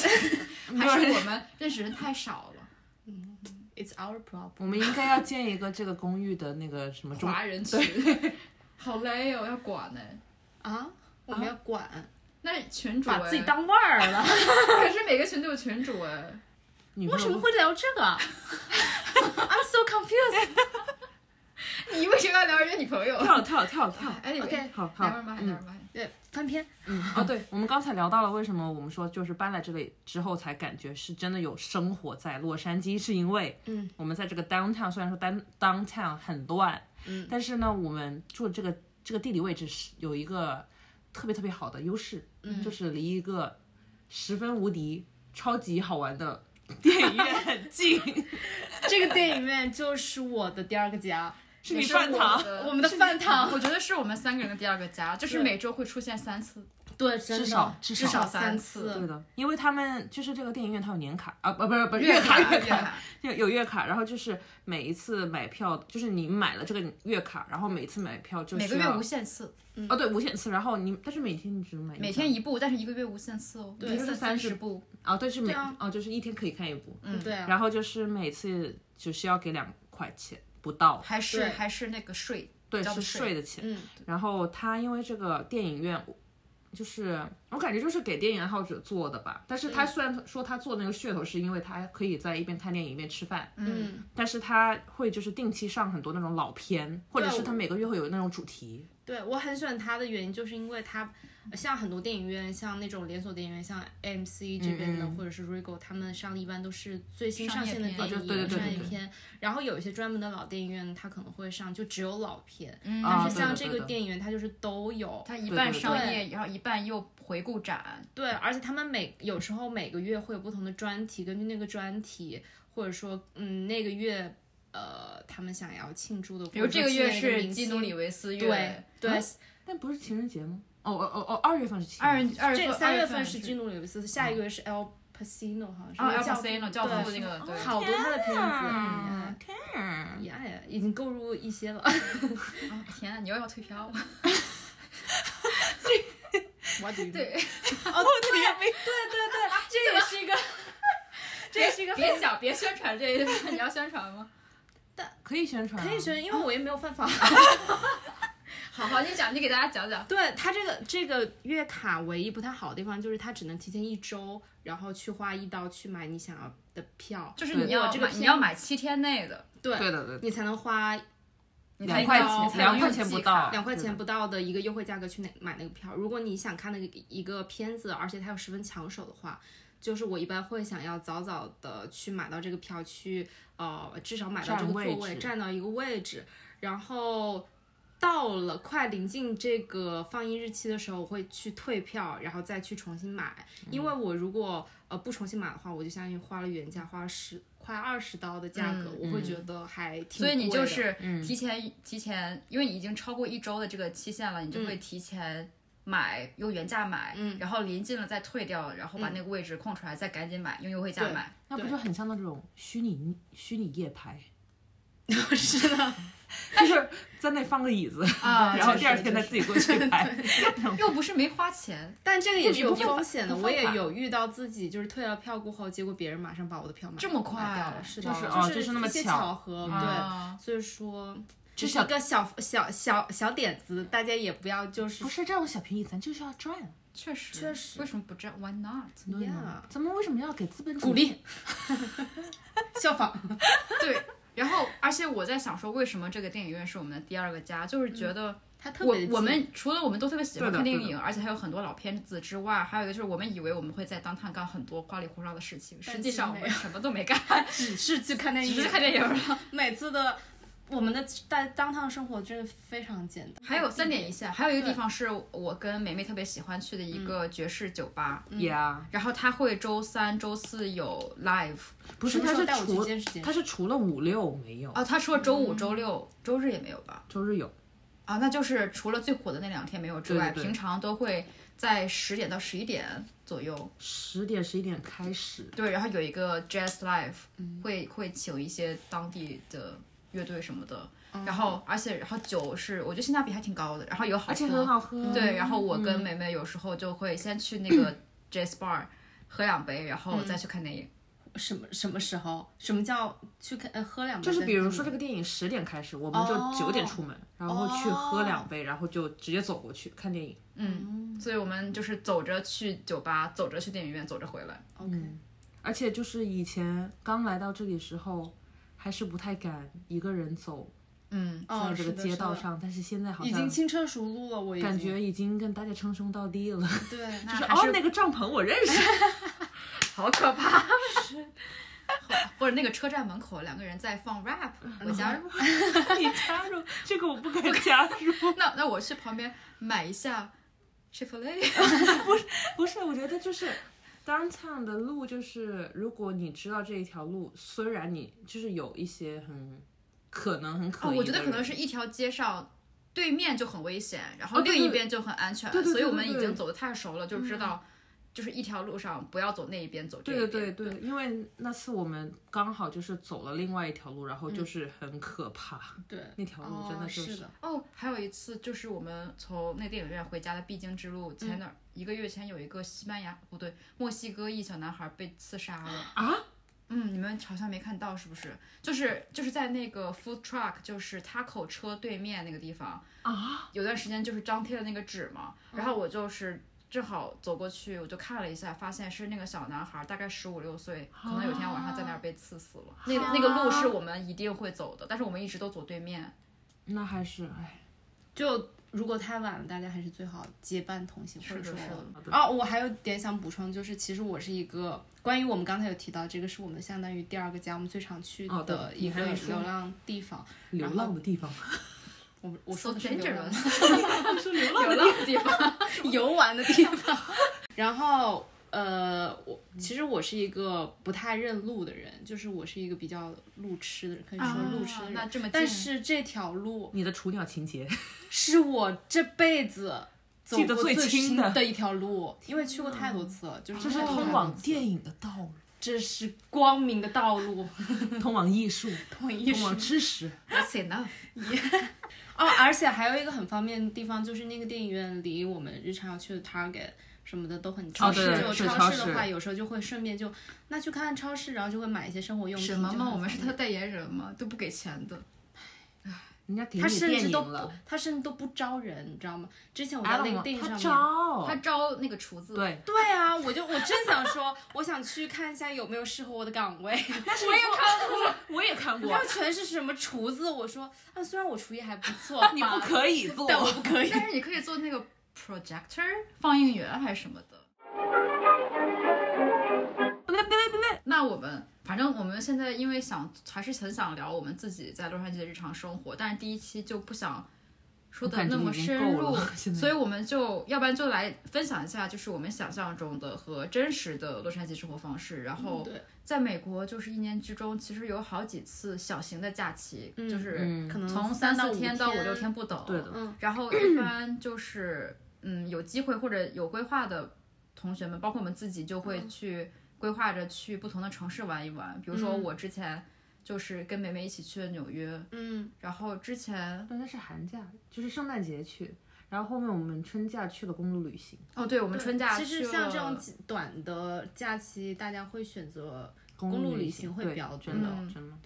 Speaker 1: 是我们认识人太少了，
Speaker 2: ，it's our problem。
Speaker 4: 我们应该要建一个这个公寓的那个什么中
Speaker 1: 华人群， 好累哦，要管呢。
Speaker 2: 啊，我们要管，
Speaker 1: 那群主
Speaker 2: 把自己
Speaker 1: 哎
Speaker 2: 当腕儿了。
Speaker 1: 可是每个群都有群主哎，
Speaker 4: 女
Speaker 2: 为
Speaker 4: 朋友
Speaker 2: 什么会聊这 个啊？I'm so confused。
Speaker 1: 你为什么要聊人家女朋友
Speaker 4: 跳了跳了跳了 跳了？
Speaker 1: 哎
Speaker 2: OK，
Speaker 4: 好嗯好，
Speaker 1: ，never mind，never mind。
Speaker 2: 对，翻篇。
Speaker 4: 嗯哦，对，我们刚才聊到了为什么我们说就是搬来这里之后才感觉是真的有生活在洛杉矶，是因为
Speaker 2: 嗯，
Speaker 4: 我们在这个 downtown 虽然说 down downtown 很乱，
Speaker 2: 嗯，
Speaker 4: 但是呢，我们住这个这个地理位置是有一个特别特别好的优势，嗯，就是离一个十分无敌、超级好玩的电影院很近，
Speaker 2: 这个电影院就是我的第二个家，
Speaker 4: 是你
Speaker 1: 也是
Speaker 4: 饭堂
Speaker 1: 我。的
Speaker 2: 我们的饭堂。
Speaker 1: 我觉得是我们三个人的第二个家，就是
Speaker 2: 对
Speaker 1: 每周会出现三次。
Speaker 2: 对，真的
Speaker 4: 至少
Speaker 2: 至
Speaker 4: 至
Speaker 1: 少三
Speaker 2: 三
Speaker 4: 对
Speaker 1: 次
Speaker 4: 的，因为他们就是这个电影院，它有年卡啊，不不是不是
Speaker 1: 月
Speaker 4: 卡
Speaker 1: 卡
Speaker 4: 月
Speaker 1: 月卡
Speaker 4: 有有月卡，然后就是每一次买票，就是你买了这个月卡，然后每次买票就
Speaker 1: 每个
Speaker 4: 需要
Speaker 1: 月无限次，
Speaker 4: 哦对无限次，然后你但是每天你只能买一
Speaker 1: 每
Speaker 4: 张
Speaker 1: 天一部，但是一个月无限次哦，一
Speaker 2: 就
Speaker 1: 个
Speaker 2: 是
Speaker 1: 月
Speaker 4: 30
Speaker 1: 十部。
Speaker 4: 哦对是每
Speaker 2: 对啊
Speaker 4: 哦就是一天可以看一部，嗯，
Speaker 2: 对啊，
Speaker 4: 然后就是每次只需要给两块钱不到，
Speaker 1: 还是
Speaker 2: 对
Speaker 1: 还是那个税，
Speaker 4: 对，
Speaker 1: 交
Speaker 4: 是
Speaker 1: 的
Speaker 4: 税的钱。
Speaker 2: 嗯
Speaker 4: 然后他因为这个电影院，就是我感觉就是给电影爱好者做的吧。但是他虽然说他做那个噱头，是因为他可以在一边看电影一边吃饭，
Speaker 2: 嗯，
Speaker 4: 但是他会就是定期上很多那种老片，或者
Speaker 2: 对
Speaker 4: 是
Speaker 2: 我
Speaker 4: 他每个月会有那种主题。
Speaker 2: 对我很喜欢它的原因，就是因为它像很多电影院，像那种连锁电影院，像 AMC 这边的，
Speaker 4: 嗯嗯
Speaker 2: 或者是 Regal，他们上的一般都是最新
Speaker 1: 商
Speaker 2: 上
Speaker 1: 业
Speaker 2: 线的
Speaker 1: 片
Speaker 2: 电影，
Speaker 4: 啊就对对对
Speaker 2: 商业
Speaker 4: 对对
Speaker 2: 片。然后有一些专门的老电影院，它可能会上就只有老片，
Speaker 1: 嗯
Speaker 4: 啊
Speaker 2: 但是
Speaker 4: 对的
Speaker 2: 像
Speaker 4: 对
Speaker 2: 这
Speaker 4: 的
Speaker 2: 个电影院，它就是都有。
Speaker 1: 它一半
Speaker 4: 对对对
Speaker 1: 商业，然后一半又回顾展，
Speaker 2: 对，而且他们每有时候每个月会有不同的专题，根据那个专题，或者说嗯那个月呃他们想要庆祝的，
Speaker 1: 比如这个月
Speaker 2: 或者说纪念一
Speaker 1: 是
Speaker 2: 明
Speaker 1: 基
Speaker 2: 星
Speaker 1: 努里维斯
Speaker 2: 对
Speaker 1: 月，
Speaker 2: 对，
Speaker 4: 但不是情人节吗？哦哦哦哦，二月份是情
Speaker 1: 二
Speaker 4: 人节。
Speaker 1: 二
Speaker 2: 这
Speaker 1: 月
Speaker 2: 三
Speaker 1: 月
Speaker 2: 月份是基
Speaker 1: 基
Speaker 2: 努里维斯，下一个月是 L Pacino 好像是
Speaker 1: 啊
Speaker 2: 那
Speaker 1: Al
Speaker 2: 个
Speaker 1: 嗯
Speaker 2: 教
Speaker 1: Pacino，
Speaker 2: 父
Speaker 1: 教父
Speaker 2: 对
Speaker 1: 那个对哦嗯
Speaker 2: 好多他的片
Speaker 4: 啊
Speaker 2: 子，呀呀，已经购入 一些了。
Speaker 1: 啊天啊，你又要退票了？
Speaker 4: 嗯
Speaker 2: 我对对
Speaker 1: 对，
Speaker 2: 对，这也 是一个，这也是一个
Speaker 1: 别讲，别宣传这一段，你要宣传吗？
Speaker 4: 可以宣传啊，
Speaker 2: 可以学，因为我也没有犯
Speaker 1: 哦
Speaker 2: 法。
Speaker 1: 好好，你讲，你给大家讲讲。
Speaker 2: 对他这个这个月卡唯一不太好的地方就是它只能提前一周，然后去花一刀去买你想要的票，
Speaker 1: 就是
Speaker 4: 对
Speaker 1: 你要
Speaker 2: 我这个
Speaker 1: 买你
Speaker 2: 片
Speaker 1: 要买七天内的，
Speaker 2: 对，
Speaker 4: 对的对的，
Speaker 2: 你才能花
Speaker 1: 你才
Speaker 4: 两块
Speaker 1: 能
Speaker 4: 钱
Speaker 1: 才能
Speaker 4: 两块
Speaker 1: 用
Speaker 4: 钱
Speaker 1: 季
Speaker 4: 不
Speaker 1: 卡
Speaker 4: 到，
Speaker 2: 两块钱
Speaker 4: 不
Speaker 2: 不到的一个优惠价格去那买那个票。如果你想看那个一个片子，而且它又十分抢手的话，就是我一般会想要早早的去买到这个票，去呃至少买到这个
Speaker 4: 占
Speaker 2: 座
Speaker 4: 位
Speaker 2: 位，
Speaker 4: 置
Speaker 2: 占到一个位置，然后。到了快临近这个放映日期的时候，我会去退票，然后再去重新买。
Speaker 1: 嗯
Speaker 2: 因为我如果呃不重新买的话，我就相当于花了原价，花了十快二十刀的价格，
Speaker 1: 嗯
Speaker 2: 我会觉得还挺
Speaker 1: 所以你
Speaker 2: 贵
Speaker 1: 就
Speaker 2: 的嗯
Speaker 1: 是提前、提前，因为你已经超过一周的这个期限了，你就会提前买，用原价买，
Speaker 2: 嗯
Speaker 1: 然后临近了再退掉，然后把那个位置空出来，再赶紧买，用优惠价
Speaker 2: 对
Speaker 1: 买。
Speaker 4: 那不
Speaker 2: 对
Speaker 4: 就很像那种虚拟虚拟夜拍，
Speaker 2: 是的，
Speaker 4: 就是在那放个椅子，
Speaker 1: 啊
Speaker 4: 然后
Speaker 2: 确
Speaker 4: 第二
Speaker 2: 实
Speaker 4: 天
Speaker 2: 确
Speaker 4: 再自己过去拍，
Speaker 1: 又不是没花钱，
Speaker 2: 但这个也是有风险的，
Speaker 4: 不
Speaker 2: 我也
Speaker 4: 方法
Speaker 2: 有遇到自己就是退了票过后，结果别人马上把我的票买
Speaker 1: 这么快
Speaker 2: 买掉了，是的，
Speaker 4: 就是
Speaker 2: 就
Speaker 4: 哦
Speaker 2: 是
Speaker 4: 就是那么
Speaker 2: 一些
Speaker 4: 巧
Speaker 2: 巧合，对。
Speaker 1: 啊
Speaker 2: 所以说，这
Speaker 4: 这
Speaker 2: 是
Speaker 4: 小
Speaker 2: 一个小小小小点子，大家也不要就是
Speaker 4: 不是这种小便宜，咱就是要赚。
Speaker 1: 确实
Speaker 2: 确实
Speaker 1: 为什么不占？Why not？
Speaker 4: 对呢
Speaker 2: Yeah
Speaker 4: 嗯咱们为什么要给资本主义
Speaker 2: 啊鼓？励效 仿，
Speaker 1: 对。然后，而且我在想说，为什么这个电影院是我们的第二个家？就是
Speaker 2: 嗯
Speaker 1: 觉得
Speaker 2: 他特
Speaker 1: 我
Speaker 2: 别的
Speaker 1: 我们除了我们都特别喜欢
Speaker 4: 对的
Speaker 1: 看电
Speaker 4: 对
Speaker 1: 影，而且还有很多老片子之外，还有一个就是我们以为我们会在当探干很多花里胡哨的事情，
Speaker 2: 但
Speaker 1: 实际上
Speaker 2: 其
Speaker 1: 我
Speaker 2: 实
Speaker 1: 们什么都没干，
Speaker 2: 只是去看电影，
Speaker 1: 只是看电影了。
Speaker 2: 每次的我们的在当趟生活真的非常简单。
Speaker 1: 还有哎三点一线，还有一个地方是我跟梅梅特别喜欢去的
Speaker 4: 嗯
Speaker 1: 一个爵士酒吧，嗯
Speaker 4: 呀？
Speaker 1: 然后它会周三、周四有 live，
Speaker 4: 不
Speaker 2: 什
Speaker 4: 是，
Speaker 2: 么
Speaker 4: 它
Speaker 2: 时候
Speaker 4: 是
Speaker 2: 带我去
Speaker 4: 除
Speaker 2: 见识见识
Speaker 4: 它是除了五六没有，
Speaker 1: 哦，他说周
Speaker 4: 嗯
Speaker 1: 五、周六、周日也没有吧？
Speaker 4: 周日有。
Speaker 1: 啊，那就是除了最火的那两天没有之外，
Speaker 4: 对对对
Speaker 1: 平常都会在十点到十一点左右。
Speaker 4: 十点十一点开始，
Speaker 1: 对，然后有一个 jazz live，、会
Speaker 4: 嗯
Speaker 1: 会请一些当地的乐队什么的，
Speaker 4: 嗯
Speaker 1: 然后而且然后酒是我觉得性价比还挺高的，然后有好喝，
Speaker 4: 而且很好喝。
Speaker 1: 对，然后我
Speaker 4: 嗯
Speaker 1: 跟梅梅有时候就会先去那 个 jazz bar 喝两杯，然后再去看电影。
Speaker 2: 什么什么时候？什么叫去看呃喝两杯？
Speaker 4: 就是比如说这
Speaker 2: 个
Speaker 4: 个电影十点开始，我们就九点出门，然后去喝两杯，然后就直接走过去看电影。
Speaker 1: 嗯，所以我们就是走着去酒吧，走着去电影院，走着回来。
Speaker 2: OK，
Speaker 4: 而且就是以前刚来到这里时候，还是不太敢一个人走
Speaker 1: 嗯，
Speaker 2: 哦
Speaker 4: 在这
Speaker 2: 是
Speaker 4: 个
Speaker 2: 的
Speaker 4: 街
Speaker 2: 是
Speaker 4: 道
Speaker 2: 的
Speaker 4: 上，但是现在好
Speaker 2: 已经
Speaker 4: 像
Speaker 2: 轻车熟路了，我已经
Speaker 4: 感觉已经跟大家称兄道弟了。
Speaker 2: 对，
Speaker 1: 那
Speaker 4: 就是
Speaker 1: 还
Speaker 4: 哦
Speaker 1: 是，
Speaker 4: 那个帐篷我认识，
Speaker 1: 好可怕。或者那个车站门口两个人在放 rap，我
Speaker 4: 嗯
Speaker 1: 加入。
Speaker 4: 你加入这个我不敢加入。
Speaker 1: 那那我去旁边买一下 c h i f l e
Speaker 4: 不是，我觉得就是 downtown 的路，就是如果你知道这一条路，虽然你就是有一些很可能很可
Speaker 1: 哦，
Speaker 4: 疑、
Speaker 1: 我觉得可能是。一条街上。对面就很危险，然后
Speaker 4: 哦对
Speaker 1: 另
Speaker 4: 对
Speaker 1: 一边就很安全，
Speaker 4: 对对
Speaker 1: 所
Speaker 4: 对
Speaker 1: 以我们
Speaker 4: 对嗯
Speaker 1: 已
Speaker 4: 对
Speaker 1: 经走得太熟了，就知道就是一条路上不要走那一边，走这一
Speaker 4: 对
Speaker 1: 边。
Speaker 4: 对对，因为那次我们刚好就是走了另外一条路，然后就是很可怕，
Speaker 2: 对
Speaker 4: 那条路真
Speaker 2: 哦
Speaker 4: 就是是
Speaker 2: 的
Speaker 1: 哦，还有一次就是我们从那电影院回家的必经之路，前段、一个月前有一个西班牙不对墨西哥裔小男孩被刺杀了
Speaker 4: 啊！
Speaker 1: 嗯，你们好像没看到是不是？就是就是在那个 food truck，就是 taco 车对面那个地方
Speaker 4: 啊，
Speaker 1: 有段时间就是张贴了那个纸嘛，然后我就是。正好走过去，我就看了一下，发现是那个小男孩，大概十五六岁，可能有天晚上在那儿被刺死了。那那个路是我们一定会走的，但是我们一直都走对面。
Speaker 4: 那还是哎，
Speaker 2: 就如果太晚了，大家还是最好结伴同行，或
Speaker 1: 是
Speaker 2: 者
Speaker 1: 的
Speaker 2: 说
Speaker 1: 是的
Speaker 4: 好的
Speaker 2: 哦，我还有点想补充，就是其实我是一个关于我们刚才有提到，这个是我们相当于第二个家，我们最常去
Speaker 4: 哦对
Speaker 2: 的
Speaker 4: 你
Speaker 2: 一
Speaker 4: 还
Speaker 2: 个
Speaker 4: 没说
Speaker 2: 流浪地方。
Speaker 4: 流浪的地方，
Speaker 2: 我我说
Speaker 1: So
Speaker 2: 的是流浪
Speaker 1: dangerous，
Speaker 4: 说流
Speaker 1: 流浪的地方。
Speaker 2: 游玩的地方。 然后呃，我
Speaker 4: 嗯
Speaker 2: 其实我是一个不太认路的人，就是我是一个比较路痴的人，可以说
Speaker 4: 啊
Speaker 2: 路痴的人。
Speaker 1: 那这么近
Speaker 2: 但是这条路
Speaker 4: 你的雏鸟情节，
Speaker 2: 是我这辈子走
Speaker 4: 记得
Speaker 2: 过
Speaker 4: 最清的
Speaker 2: 的一条路，因为去过太
Speaker 1: 嗯
Speaker 2: 多次了，就是
Speaker 4: 这是
Speaker 2: 太
Speaker 4: 通
Speaker 2: 多
Speaker 4: 往
Speaker 2: 次
Speaker 4: 电影的道路，
Speaker 2: 这是光明的道路，
Speaker 4: 通往艺术，
Speaker 2: 通一
Speaker 4: 通往知识。
Speaker 1: That's enough。
Speaker 2: 哦，而且还有一个很方便的地方，就是那个电影院离我们日常要去的 Target 什么的都很近。
Speaker 4: 哦对
Speaker 2: 就是有
Speaker 4: 超
Speaker 2: 超市
Speaker 4: 市
Speaker 2: 的话，有时候就会顺便就那去看超市，然后就会买一些生活用品。
Speaker 1: 什么
Speaker 2: 就很
Speaker 1: 嘛，
Speaker 2: 方
Speaker 1: 我们是他的
Speaker 2: 便
Speaker 1: 代言人嘛，都不给钱的。
Speaker 4: 哦人家给
Speaker 2: 他
Speaker 4: 你
Speaker 2: 甚
Speaker 4: 电
Speaker 2: 至
Speaker 4: 影
Speaker 2: 都不
Speaker 4: 了，，
Speaker 2: 他甚至都不招人，你知道吗？之前我在
Speaker 4: 哎
Speaker 2: 那个
Speaker 4: 我
Speaker 2: 电影
Speaker 4: 他
Speaker 2: 上面。
Speaker 4: 招，
Speaker 1: 他招那个厨子，，
Speaker 4: 对，
Speaker 2: 对啊，我就我真想说，我想去看一下有没有适合我的岗 位。
Speaker 4: 但是我也看过，我也看过
Speaker 2: 然，后全是什么厨子，我说啊，虽然我厨艺还不错，
Speaker 4: 你不可以做，
Speaker 2: 但我不可以。
Speaker 1: 但是你可以做那个 projector 放映员还是什么的。
Speaker 4: 不对不对不对，
Speaker 1: 那我们反正我们现在因为想还是很想聊我们自己在洛杉矶的日常生活，但是第一期就不想说的那么深
Speaker 4: 我感觉已经够
Speaker 1: 入
Speaker 4: 了，现在
Speaker 1: 所以我们就要不然就来分享一下，就是我们想象中的和真实的洛杉矶生活方式。
Speaker 4: 嗯
Speaker 1: 然后
Speaker 2: 对
Speaker 1: 在美国，就是一年之中，其实有好几次小型的假期，
Speaker 2: 嗯
Speaker 1: 就是
Speaker 4: 嗯，
Speaker 2: 可能
Speaker 1: 从
Speaker 2: 三
Speaker 1: 四
Speaker 2: 五
Speaker 1: 天到五六天不等。
Speaker 4: 对的。
Speaker 2: 嗯
Speaker 1: 然后 一般就是，嗯，有机会或者有规划的同学们，包括我们自己，就
Speaker 2: 嗯
Speaker 1: 会去规划着去不同的城市玩一玩。比如说
Speaker 2: 嗯
Speaker 1: 我之前就是跟梅梅一起去了纽约，
Speaker 2: 嗯，
Speaker 1: 然后之前
Speaker 4: 对，那是寒假，就是圣诞节去，然后后面我们春假去了公路旅行，
Speaker 1: 哦，对，我们春假
Speaker 2: 其
Speaker 1: 去
Speaker 2: 实像这种
Speaker 1: 了，
Speaker 2: 几短的假期，大家会选择，
Speaker 4: 公
Speaker 2: 公
Speaker 4: 路
Speaker 2: 路旅
Speaker 4: 行
Speaker 2: 行会
Speaker 4: 对
Speaker 2: 比较
Speaker 4: 真的
Speaker 1: 多嗯
Speaker 4: 真的，